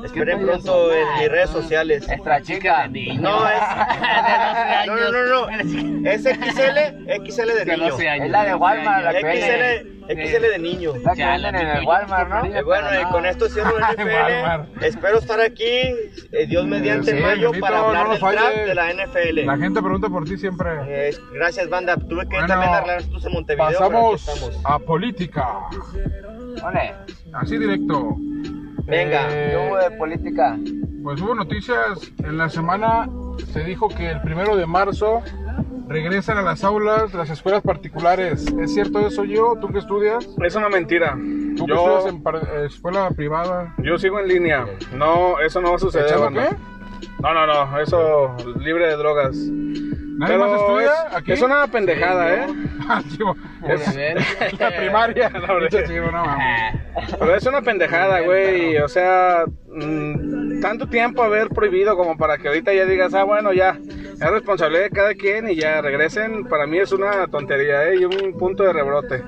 E: Esperen pronto en mis redes sociales.
G: Eh.
F: Extra chica.
E: No, es. No, no, no, no. Es XL, XL de
F: De
E: niño.
F: 12 años.
G: Es la de Walmart, la que venden.
E: XL, XL de niño.
G: La que
F: Ya,
G: venden
F: la
G: en el
F: niña,
G: Walmart,
F: yo
G: ¿no?
E: Y Eh, bueno, y con esto cierro el
D: Bárbaro.
E: NFL. Espero estar aquí, eh, Dios mediante,
D: Sí,
E: en mayo
D: Benito,
E: para hablar
D: no
E: del
D: falle.
E: draft de la NFL.
D: La gente pregunta por ti siempre.
E: Eh, gracias, banda. Tuve que
D: Bueno,
E: también arreglar estos en Montevideo. pero aquí
D: Pasamos
E: estamos.
D: a política.
G: Ole,
D: Así directo.
E: Venga.
D: Eh,
G: yo de política.
D: Pues hubo noticias. En la semana se dijo que el primero de marzo regresan a las aulas las escuelas particulares. ¿Es cierto eso, yo? ¿Tú que estudias?
B: Es una mentira.
D: ¿Tú que
B: Yo,
D: estudias en par- eh, escuela privada?
B: yo sigo en línea. No, eso no va a suceder.
D: ¿Echado
B: banda.
D: qué?
B: No, no, no. Eso libre de drogas.
D: ¿Nadie
B: Pero
D: más estudia
B: es,
D: aquí?
B: es una pendejada, ¿eh?
D: Ah, chivo.
B: Es-
D: Es la primaria.
B: No, hombre.
D: Pinche chivo, no mames.
B: Pero es una pendejada, güey. O sea, mm, tanto tiempo haber prohibido como para que ahorita ya digas, ah, bueno, ya. Es responsabilidad de cada quien y ya regresen. Para mí es una tontería, ¿eh? Y un punto de rebrote.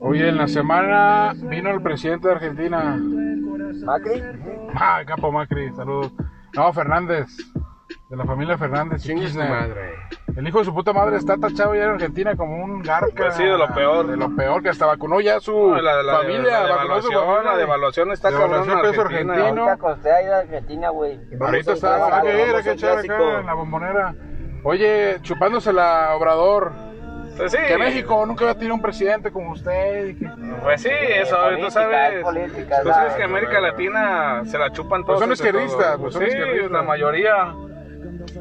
D: Oye, en la semana vino el presidente de Argentina.
G: Macri,
D: Ah, Capo Macri, saludos. No, Fernández. De la familia Fernández. y Kirchner. El hijo de su puta madre está tachado ya en Argentina como un garca.
B: Pues sí, de lo peor.
D: De lo peor, que hasta vacunó ya su
B: No, la, la-
D: uh, familia.
B: la
D: vacunó a su
B: devaluación, la
D: familia.
B: devaluación está
D: Devaluación
B: cabrona
D: peso
B: Argentina.
D: argentino.
G: ahorita costé ahí de Argentina, güey.
D: Ahorita está,
G: Vamos a
D: hay que ir,
G: un
D: hay que echar acá
E: clásico.
D: en la bombonera. Oye, chupándose la Obrador.
B: Pues sí.
D: Que México nunca va a tener un presidente como usted. y que-
B: Pues sí, eso,
G: política,
B: tú sabes.
G: es política,
B: tú sabes
G: la-
B: que América Latina se la chupan todos.
D: Pues son
B: entre
D: izquierdistas,
B: todos.
D: pues son
B: sí,
D: izquierdistas.
B: la mayoría.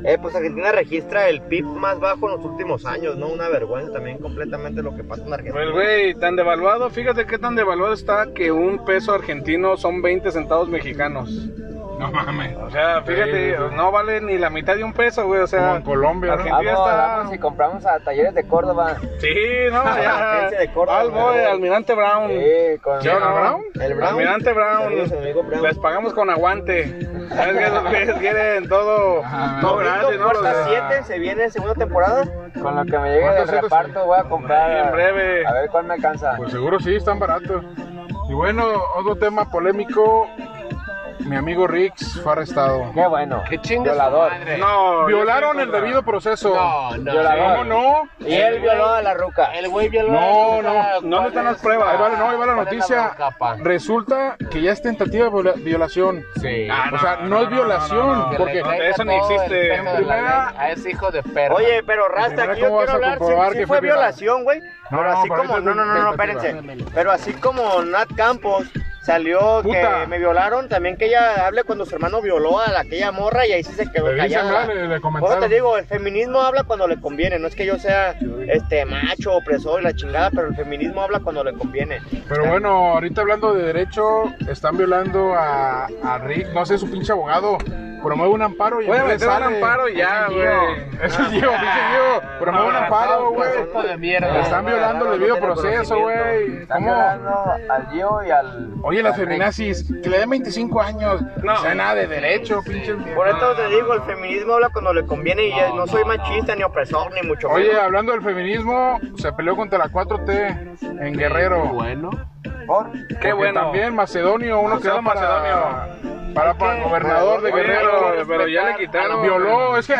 E: Eh, pues Argentina registra el PIB más bajo en los últimos años, ¿no? Una vergüenza también completamente lo que pasa en Argentina.
B: Pues güey, tan devaluado, fíjate qué tan devaluado está que un peso argentino son 20 centavos mexicanos.
D: No mames.
B: O sea, fíjate,
D: Sí, sí, sí.
B: no vale ni la mitad de un peso, güey, o
D: Como
B: sea.
D: en Colombia. ¿no?
B: Argentina
G: Vamos,
B: está-
G: vamos y compramos a Talleres de Córdoba.
B: Sí, no,
E: La
B: ya.
E: agencia de Córdoba,
B: Al boy,
E: ¿verdad?
B: Almirante Brown.
G: Sí, con
D: ¿Quién,
B: no.
D: Brown?
E: El Brown.
B: Almirante
E: Saludos,
B: Brown.
E: amigo Brown.
B: Les pagamos con aguante. ¿Sabes qué es lo que ellos quieren? Todo,
D: Ah,
B: todo
E: Domingo,
B: grande, ¿no? Los
E: Puerta
B: de-
E: 7 se viene en segunda temporada.
G: Con lo que me llegue del
D: ¿Cuántos cientos?
G: reparto voy a comprar.
B: En breve.
G: A ver cuál me alcanza.
D: Pues seguro sí, están baratos. Y bueno, otro tema polémico. Mi amigo Rix fue arrestado.
G: Qué bueno.
F: Qué chingas
G: Violador.
F: madre.
B: No,
D: Violaron
B: yo
D: el
B: estoy
D: debido proceso.
F: No, no.
G: Violador.
D: ¿Cómo no?
G: Y él violó a
C: la ruca.
F: El güey vio la-
D: No, no,
F: la-
B: ¿dónde
F: cuál
B: están
F: es
B: las pruebas?
F: la-
D: Ahí va, no, ahí va la
F: cuál es
D: noticia.
F: capa.
D: Resulta que ya es tentativa de viola- violación.
F: Sí.
B: Ah,
D: o sea, no, es violación,
B: no, no, no.
D: porque
B: no, eso no existe.
F: En
D: En
F: primera,
D: primera-
F: a ese hijo de perra.
E: Oye, pero Rasta,
D: Primero,
E: aquí yo
D: ¿cómo vas
E: quiero
D: a
E: hablar. Sí,
D: comprobar
E: sí
D: que
E: fue
D: fue violada?
E: violación, güey.
D: No,
E: pero
D: no,
E: así
D: pero
E: como.
D: ahorita
E: No,
D: es
E: no, no, no,
D: tentativa.
E: espérense. Pero así como Nat Campos salió
D: Puta.
E: que me violaron, también que ella hable cuando su hermano violó a la- aquella morra y ahí sí se quedó
D: Le dicen
E: callada.
D: mal, le, le
E: Por eso
D: comentaron.
E: te digo, el feminismo habla cuando le conviene. No es que yo sea este macho, opresor y la chingada, pero el feminismo habla cuando le conviene.
D: Pero bueno, ahorita hablando de derecho, están violando a, a Rick, no sé, su pinche abogado. Promueve un amparo y
B: Voy a
D: entonces
B: meter un
D: sale.
B: amparo y ya, güey. Ah,
D: Eso es Diego, pinche Diego. Promueve un amparo, güey.
F: Hijo de mierda.
D: Le Están violando
B: ah,
D: el debido proceso, güey.
G: Están
D: ¿Cómo?
G: violando al Gio y al.
D: Oye, las feminazis, que le den 25 años. No.
B: No.
D: O sea, nada de derecho, pinche.
E: Por eso te digo, el feminismo habla cuando le conviene y no, soy machista, ni opresor, ni mucho menos.
D: Oye, hablando del feminismo, se peleó contra la 4T en Guerrero.
F: Bueno.
G: Por.
B: Qué
D: Porque
B: bueno.
D: También Macedonio, uno que
B: Marcelo
D: era para, para, para gobernador de
B: Oye,
D: Guerrero.
B: pero- pero ya le quitaron.
D: Violó, es que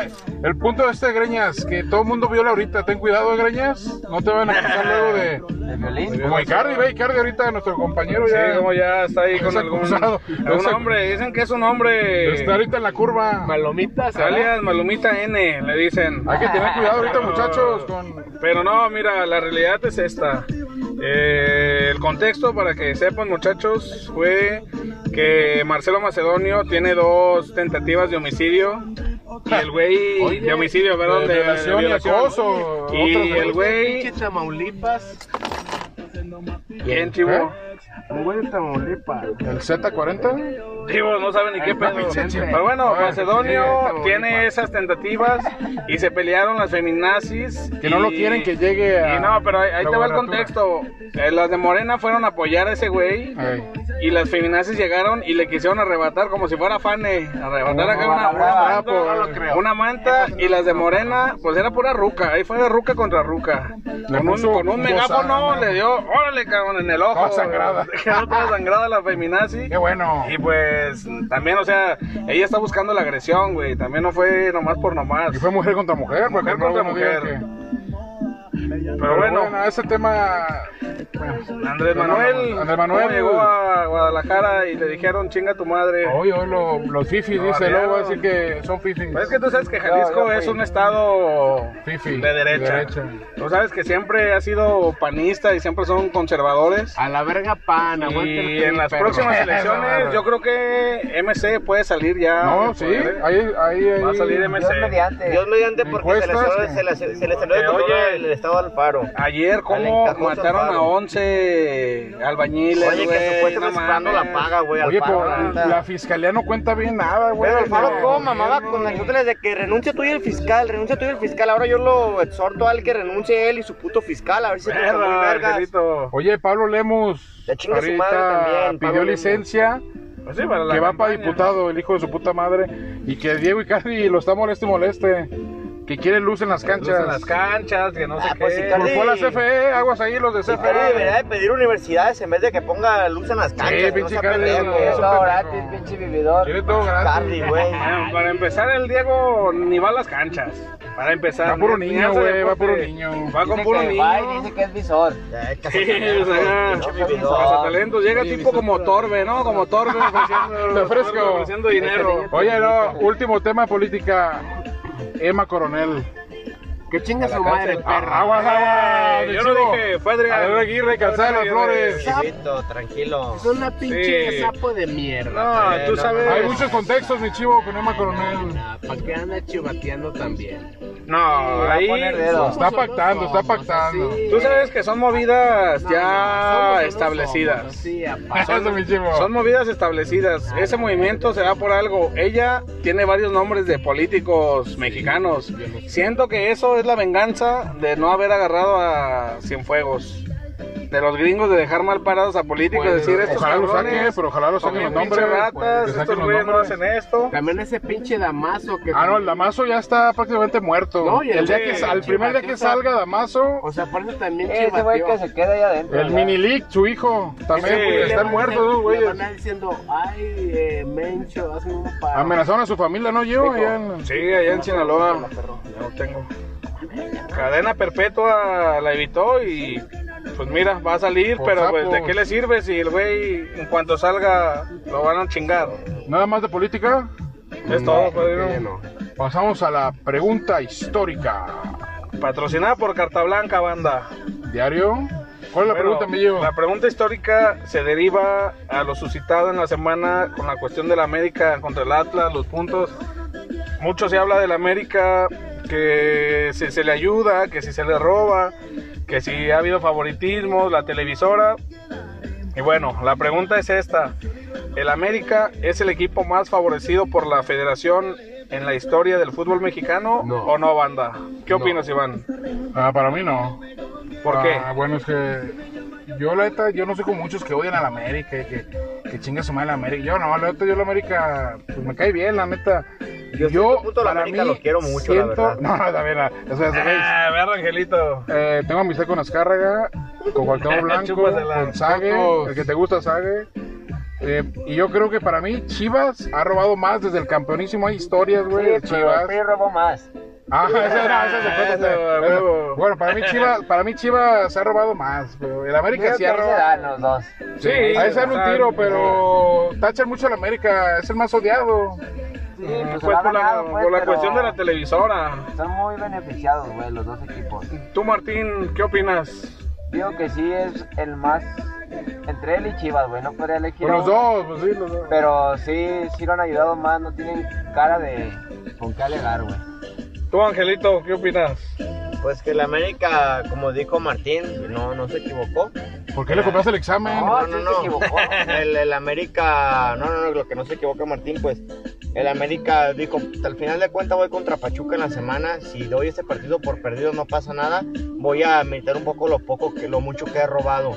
D: el punto de este Greñas, que todo el mundo viola ahorita, ten cuidado eh, Greñas, no te van a acusar luego de...
G: De violín.
D: Como Icardi, ve Icardi ahorita, nuestro compañero
B: Sí,
D: ya,
B: como ya está ahí con
D: Es
B: algún,
D: acusado.
B: algún
D: Es ac-
B: hombre. Dicen que es un hombre.
D: está ahorita en la curva.
F: Palomitas, ¿verdad?
B: Alias Malumita N, le dicen.
D: Hay que tener cuidado ahorita
B: Pero-
D: muchachos con...
B: Pero no, mira, la realidad es esta. Eh, el contexto, para que sepan muchachos, fue que Marcelo Macedonio tiene dos tentativas de homicidio. Y el güey...
F: Oye,
B: De homicidio, perdón,
D: de
B: de, de
D: violación y
B: violación.
D: acoso,
B: Y
D: otros
B: el
D: delitos.
B: güey...
F: Pinche Tamaulipas.
B: ¿Quién, chivo?
F: Un güey de Tamaulipas.
D: ¿El Z40?
B: Chivo, no saben ni qué pedo.
F: pinche
B: Pero bueno,
D: Ay,
F: sí,
B: Macedonio
F: está bonito.
B: tiene esas tentativas y se pelearon las feminazis.
D: Que no lo
B: y-
D: quieren que llegue a...
B: Y no, pero ahí, ahí
D: la
B: te va el
D: gubernatura.
B: contexto. Eh, las de Morena fueron a apoyar a ese güey
D: Ay.
B: y las feminazis llegaron y le quisieron arrebatar como si fuera Fane. Arrebatar acá una, una
D: Ah,
B: manta,
D: por-
B: una manta y las de Morena, pues era pura ruca. Ahí fue de ruca contra ruca. Con un,
D: puso
B: con un
D: gozada,
B: megáfono
D: ¿no?
B: le dio, órale, cabrón, en el ojo.
D: Toda sangrada.
B: Quedó toda sangrada la feminazi.
D: Qué bueno.
B: Y pues también, o sea, ella está buscando la agresión, güey. También no fue nomás por nomás.
D: Y fue mujer contra mujer, porque
B: Mujer
D: no-
B: contra
D: no digan
B: mujer.
D: que-
B: Pero bueno,
D: ese tema.
B: Andrés
D: Pero no,
B: Manuel,
D: Andrés Manuel.
B: ¿cómo llegó a Guadalajara y le dijeron chinga tu madre.
D: Hoy, hoy lo- los fifis,
B: No,
D: dice,
B: arriaron.
D: luego va a decir que son fifis.
B: Pues es que tú sabes que Jalisco
G: yo
B: es
G: fui.
B: un estado
D: Fifi,
B: de derecha.
D: de derecha.
B: Tú sabes que siempre ha sido panista y siempre son conservadores.
D: Ah,
F: A la verga pan, aguante el
B: Y
F: PRI,
B: en las
F: perro.
B: próximas
D: No, no.
B: elecciones yo creo que MC puede salir ya.
D: No,
B: del
D: sí,
B: poder, ¿eh?
D: ahí, ahí, ahí.
B: Va a salir MC.
G: Dios mediante.
E: Dios mediante porque se le
D: Encuestas,
E: salió-
D: ¿qué?
E: se le se le salió de
B: Que,
E: control
B: oye,
E: el estado del paro.
B: Ayer
E: Al
B: cómo
E: encajoso
B: mataron a
E: Alfaro.
B: 11 albañiles,
E: Oye,
B: güey,
E: que
B: no
E: supuestamente esperando
B: mames.
E: la paga, güey, al
D: Oye,
E: paro.
D: pero
E: la neta.
D: la fiscalía no cuenta bien nada, güey. Eh,
E: Pero el
D: de-
E: Faro como mamaba con nosotros de que renuncia tú y el fiscal, renuncia tú y el fiscal. Ahora yo lo exhorto al que renuncie él y su puto fiscal, a ver si te
B: Perra,
E: vergas.
B: Angelito.
D: Oye, Pablo Lemus.
E: Ya chinga su madre
D: ahorita Pidió
E: también, Pablo Lemus.
D: licencia.
B: Pues sí, para la
D: que va para
B: campaña,
D: diputado, el hijo de su puta madre. Y que Diego Icardi lo está moleste y moleste. Que quiere luz en las
B: ¿no? Luz
D: canchas.
B: Pues en las canchas, que no sé
E: Ah,
B: qué.
E: pues Icardi-
D: Culpó a la CFE, aguas ahí los de E.
E: Sí, pero debería
D: CFE.
E: de pedir universidades en vez de que ponga luz en las canchas. no
D: pinche
E: sea
D: Cardi,
E: pendejo.
D: güey,
G: Es
D: eso-
G: todo gratis, pinche vividor.
D: Quiere todo gratis.
E: Cardi, güey.
B: Ah, Para empezar, el Diego ni va a las canchas. Para empezar.
D: Va puro
B: ni-
D: niño,
B: ni hace
D: güey,
B: deporte.
D: va puro niño.
B: Va con
G: Dice
B: puro
G: que
B: niño.
G: va y dice que es visor.
E: Ay,
B: Sí, o sea,
E: Pinche
B: Pasa
E: vividor.
B: talentos, llega tipo como Torbe, ¿no? Como Torbe ofreciendo,
D: Te ofrezco.
B: Torbe ofreciendo dinero.
D: Oye, no, último tema política. Emma Coronel. Ah,
F: Que chinga su madre, perra.
D: Aguas, aguas.
B: Eh, yo no dije, fue Adrián.
D: Adrián Aguirre, Calzada de las Flores.
E: Chivito, tranquilo.
F: Es una pinche
B: Sí.
F: sapo de mierda.
B: No, tú
D: Hay
B: sabes.
D: muchos contextos, mi chivo, con Emma Coronel.
F: ¿Para qué anda chivateando también?
B: No, ahí.
D: Está pactando, está pactando.
B: Tú sabes que son movidas ya establecidas.
D: Eso, mi chivo.
B: Ah, Son movidas establecidas. Ese movimiento se da por algo. Ella tiene varios nombres de políticos mexicanos. Siento que eso es la venganza de no haber agarrado a Cienfuegos. De los gringos de dejar mal parados a políticos,
F: Pues,
B: decir estos
D: Ojalá lo saque,
B: cabrones
D: pero ojalá lo
B: son
D: saquen los
B: unos pinches
D: nombres. pues,
B: ratas,
D: que saquen
B: estos
D: los
B: güeyes no
D: nombres.
B: hacen esto.
F: También ese pinche damaso que.
D: Ah, no, el Damaso ya está prácticamente muerto.
F: No, y el
D: el día
F: güey,
D: que, al
F: el
D: primer día que
F: chivateo.
D: salga Damaso,
F: O sea, aparte también
G: Ese güey que
F: chivateó.
G: se queda ahí adentro.
D: el
G: ya.
D: mini leak, su hijo, también
B: Sí.
D: güey, están
F: Le
D: muertos,
F: van a-
D: dos
F: le
D: güeyes.
F: van a diciendo, ay, eh, Mencho, hazme
B: Ah,
F: un paro.
D: Amenazaron a su familia, ¿no? Yo, allá en-
B: Sí, allá en Sinaloa. Ya no tengo. cadena perpetua la evitó y pues mira, va a salir,
D: Por
B: pero pues
D: sapos.
B: de qué le sirve si el güey en cuanto salga lo van a chingar.
D: Nada más de política.
B: Es todo,
D: pues,
B: padrino.
D: Pasamos a la pregunta histórica.
B: Patrocinada por Carta Blanca, banda.
D: Diario. ¿Cuál
B: Bueno,
D: es la pregunta, Millo?
B: La pregunta histórica se deriva a lo suscitado en la semana con la cuestión de la América contra el Atlas, los puntos. Mucho se habla de la América, que si se le ayuda, que si se le roba, que si ha habido favoritismos, la televisora. Y bueno, la pregunta es esta. El América es el equipo más favorecido por la federación en la historia del fútbol mexicano
F: No.
B: o no, banda. ¿Qué
F: No.
B: opinas, Iván?
D: Ah, para mí no.
B: ¿Por
D: Ah,
B: qué?
D: Bueno, es que yo la neta, yo no soy como muchos que odian a la América y que, que chinga su madre la América. Yo no, la neta, yo la América, pues me cae bien, la neta.
E: Yo, cierto punto, la
D: para
E: América lo quiero mucho, la verdad.
D: No, no, también, la- eso es, güey.
B: Ah, ver, Angelito.
D: Eh, tengo amistad con Azcárraga, con Cuauhtémoc Blanco,
B: Chúpasela.
D: con Sague, el que te gusta Sague. Eh, y yo creo que para mí Chivas ha robado más desde el campeonísimo. Hay historias, güey, de Chivas.
G: robó más.
D: Ah, esa era, esa se cuenta,
B: Eso,
D: esa-
B: a huevo.
D: esa- Bueno, para mí Chivas, para mí Chivas ha robado más, pero el América sí ha robado.
G: los dos.
B: Sí,
D: ahí se dan
B: o
D: un
B: sea,
D: tiro, pero tachan mucho al América, es el más odiado.
B: Pues
G: pues,
B: por
G: la
B: la,
G: ganado, pues,
B: por la
G: pero-
B: cuestión de la televisora.
G: Son muy beneficiados, güey, los dos equipos.
B: Tú, Martín, ¿qué opinas?
G: Digo que sí es el más. Entre él y Chivas, güey, no podría elegir.
D: Por los
G: uno,
D: dos, pues sí, los dos.
G: Pero sí, sí lo han ayudado más, no tienen cara de. con qué alegar, güey.
B: Tú, Angelito, ¿qué opinas?
E: Pues que la América, como dijo Martín, no, no se equivocó.
D: ¿Por qué le compraste el examen?
G: No, sí se equivocó.
E: El, el América, no, no, no, lo que no se equivoca Martín, pues el América dijo, al final de cuentas voy contra Pachuca en la semana, si doy este partido por perdido no pasa nada, voy a meter un poco lo poco, que lo mucho que he robado.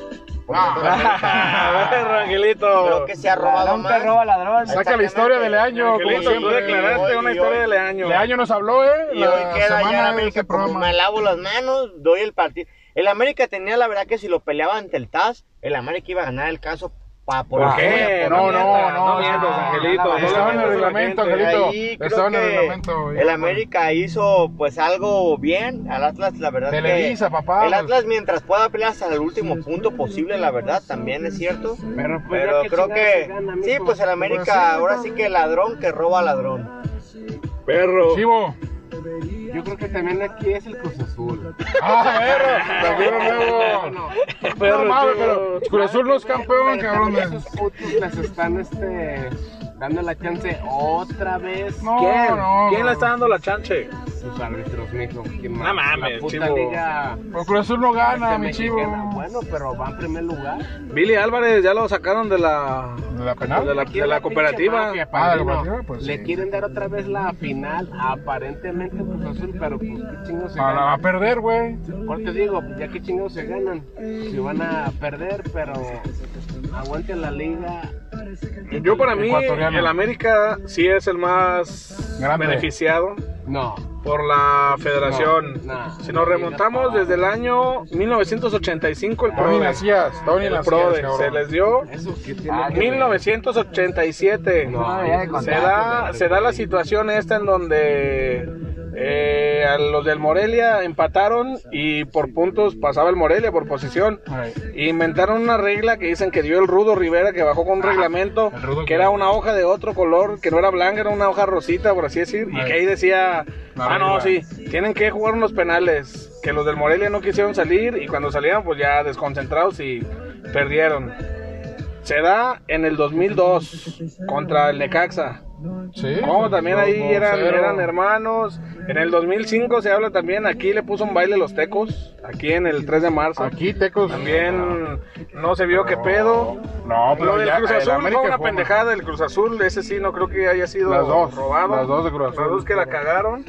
E: Por
G: Ah.
E: lo tanto, la
B: A
E: América,
B: ver, Angelito.
E: creo que se ha robado
G: Ladrón te
E: más.
G: roba ladrón.
D: Saca la historia del año, como
B: Angelito, tú
D: siempre.
B: declaraste
E: hoy,
B: una
E: y
B: historia
E: hoy.
B: de Leaño.
D: El año nos habló, ¿eh?
E: Y
D: la
E: hoy queda ya
D: semana
E: la
D: de ese
E: América, como
D: programa.
E: me lavo las manos, doy el partido. El América tenía la verdad que si lo peleaba ante el TAS, el América iba a ganar el caso. Pa, por
B: ¿Por
E: la
B: qué?
D: Eh,
E: gloria, por
D: No,
E: la
D: no,
E: mierda.
D: no.
B: mientas,
D: no.
B: Angelito,
G: no
D: Estaba
B: le mientas a
D: en el
B: la
D: reglamento,
B: gente.
D: Angelito.
E: Ahí creo
D: Estaba en el
E: que
D: reglamento.
E: El América hizo pues algo bien al Atlas, la verdad. que-
D: Televisa, papá. pues.
E: El Atlas mientras pueda pelear hasta el último punto posible, la verdad, también es cierto.
D: Pero, pues,
E: Pero creo que sí, pues el América
D: Pues sí,
E: ahora
D: ¿no?
E: sí que ladrón que roba ladrón.
B: Perro.
D: Chivo.
F: Yo creo que también aquí es el Cruz Azul.
D: Ah, perro. Campeón
F: No,
D: nuevo. No mames, pero Cruz Azul no es campeón,
F: Pero también
D: cabrones.
F: esos putos les están este, dando la chance otra vez.
D: No,
B: ¿Quién?
D: no.
B: ¿Quién
D: no.
B: le está dando la chanche?
F: Sus árbitros, mijo. ¿Quién
B: No
F: más?
B: mames,
F: La puta
B: chivo.
F: liga
D: Pero Cruz Azul no gana,
F: este,
D: mi chivo.
F: mexicana. Bueno, pero va en primer lugar.
B: Billy Álvarez ya lo sacaron de la,
D: ¿De la penal?
B: de la, de la cooperativa.
F: Pinche mafia,
D: Ah, de la
F: padrino.
D: cooperativa, pues,
F: Le
D: sí.
F: quieren dar otra vez la final, aparentemente Cruz Azul, pero pues qué chingos se
D: Ah, la va a
F: ganan.
D: perder, güey.
F: Por te digo, ya qué chingos se ganan. Si van a perder, pero aguanten la liga.
B: Yo para mí,
D: Ecuatoriano.
B: el América sí es el más
D: Grande.
B: beneficiado.
F: No.
B: por la federación.
F: No, no.
B: si nos remontamos desde el año 1985, el
D: Tony
B: PRODE,
D: Nacías, Tony
B: el
D: Nacías,
B: PRODE
D: cabrón.
B: se les dio
F: Eso que tiene.
G: Ah,
F: que ver.
B: 1987.
F: No,
G: ya de
B: se,
G: contar,
B: da,
F: güey.
B: se da la situación esta en donde eh, a los del Morelia empataron y por puntos pasaba el Morelia por posición.
D: Ay.
B: Inventaron una regla que dicen que dio el Rudo Rivera, que bajó con un reglamento,
D: Ah, el Rudo
B: que era una hoja de otro color, que no era blanca, era una hoja rosita, por así decir, y
D: Ay.
B: que ahí decía,
D: La
B: ah, no, sí,
D: regla.
B: tienen que jugar unos penales, que los del Morelia no quisieron salir y cuando salieron pues ya desconcentrados y perdieron. Se da en el 2002 contra el Necaxa.
D: Sí.
B: Como también ahí
D: Dos,
B: eran,
D: cero.
B: eran hermanos. En el 2005 se habla también, aquí le puso un baile los tecos, aquí en el 3 de marzo.
D: Aquí, Tecos.
B: También no se vio qué pedo.
D: No, pero
B: Lo del
D: ya,
B: Cruz
D: el
B: Azul fue
D: América
B: una
D: fue-
B: pendejada del Cruz Azul, ese sí no creo que haya sido
D: Las dos,
B: robado.
D: las dos de Cruz Azul.
B: Las dos que la cagaron.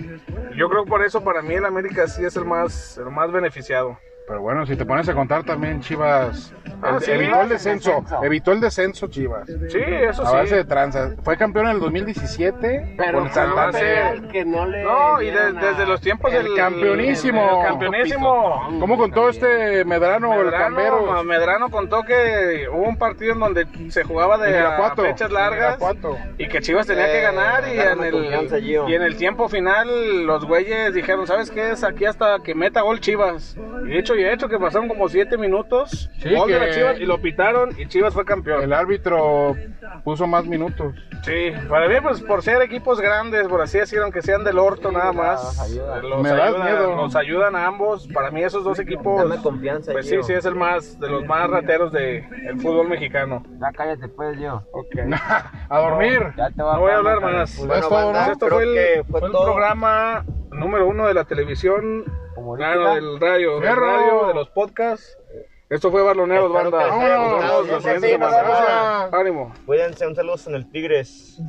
B: Yo creo por eso para mí el América sí es el más el más beneficiado.
D: Pero bueno, si te pones a contar también, Chivas
B: Ah,
D: el-
B: sí,
D: evitó el
B: el
D: descenso,
G: descenso.
D: evitó el descenso Chivas.
B: Sí, eso
D: A base
B: sí.
D: de tranzas. Fue campeón en el 2017
F: Pero
D: con
F: con
D: el Santander.
B: base-
F: que no le.
B: No, y de-
F: dieron a-
B: desde los tiempos
D: El
B: del
D: campeonísimo.
B: del campeonísimo.
D: ¿Cómo contó este Medrano, el
B: Medrano,
D: Camberos?
B: Medrano contó que hubo un partido en donde se jugaba
D: En
B: de a
D: Irapuato.
B: fechas
D: En
B: largas
D: Irapuato.
B: y que Chivas tenía que
E: Eh,
B: ganar y en,
E: ganaron con confianza,
B: el,
E: Gio.
B: y en el tiempo final los güeyes dijeron, ¿sabes qué es? Aquí hasta que meta gol Chivas. Y hecho y hecho que pasaron como siete minutos,
D: Sí,
B: gol de
D: que-
B: la Chivas y lo pitaron y Chivas fue campeón.
D: El árbitro puso más minutos.
B: Sí, para mí, pues por ser equipos grandes, por así decirlo, aunque sean del orto nada más, eh, los,
D: Me das
B: ayuda-
D: miedo.
B: los ayudan a ambos. Para mí, esos dos equipos,
G: Dame confianza,
B: pues sí,
G: Gio.
B: sí, es el más de los más rateros del fútbol mexicano.
G: Ya cállate, pues, yo.
D: a dormir.
G: Ya te va
B: No voy a
G: hablar,
B: hablar más.
D: Pues es todo, ¿no?
B: Esto
E: creo
B: fue el,
E: que fue
B: fue el
E: todo.
B: programa número uno de la televisión,
G: Como
B: claro,
G: ahorita.
B: del radio, del
D: Fierro.
B: radio, de los podcasts. Esto fue Barloneros,
E: Espero que
B: banda.
E: les haya
B: Nos
E: gustado.
B: vemos la siguiente
E: Sí, nos
B: semana.
E: vemos.
B: Ánimo.
E: Cuídense, un saludo en el Tigres.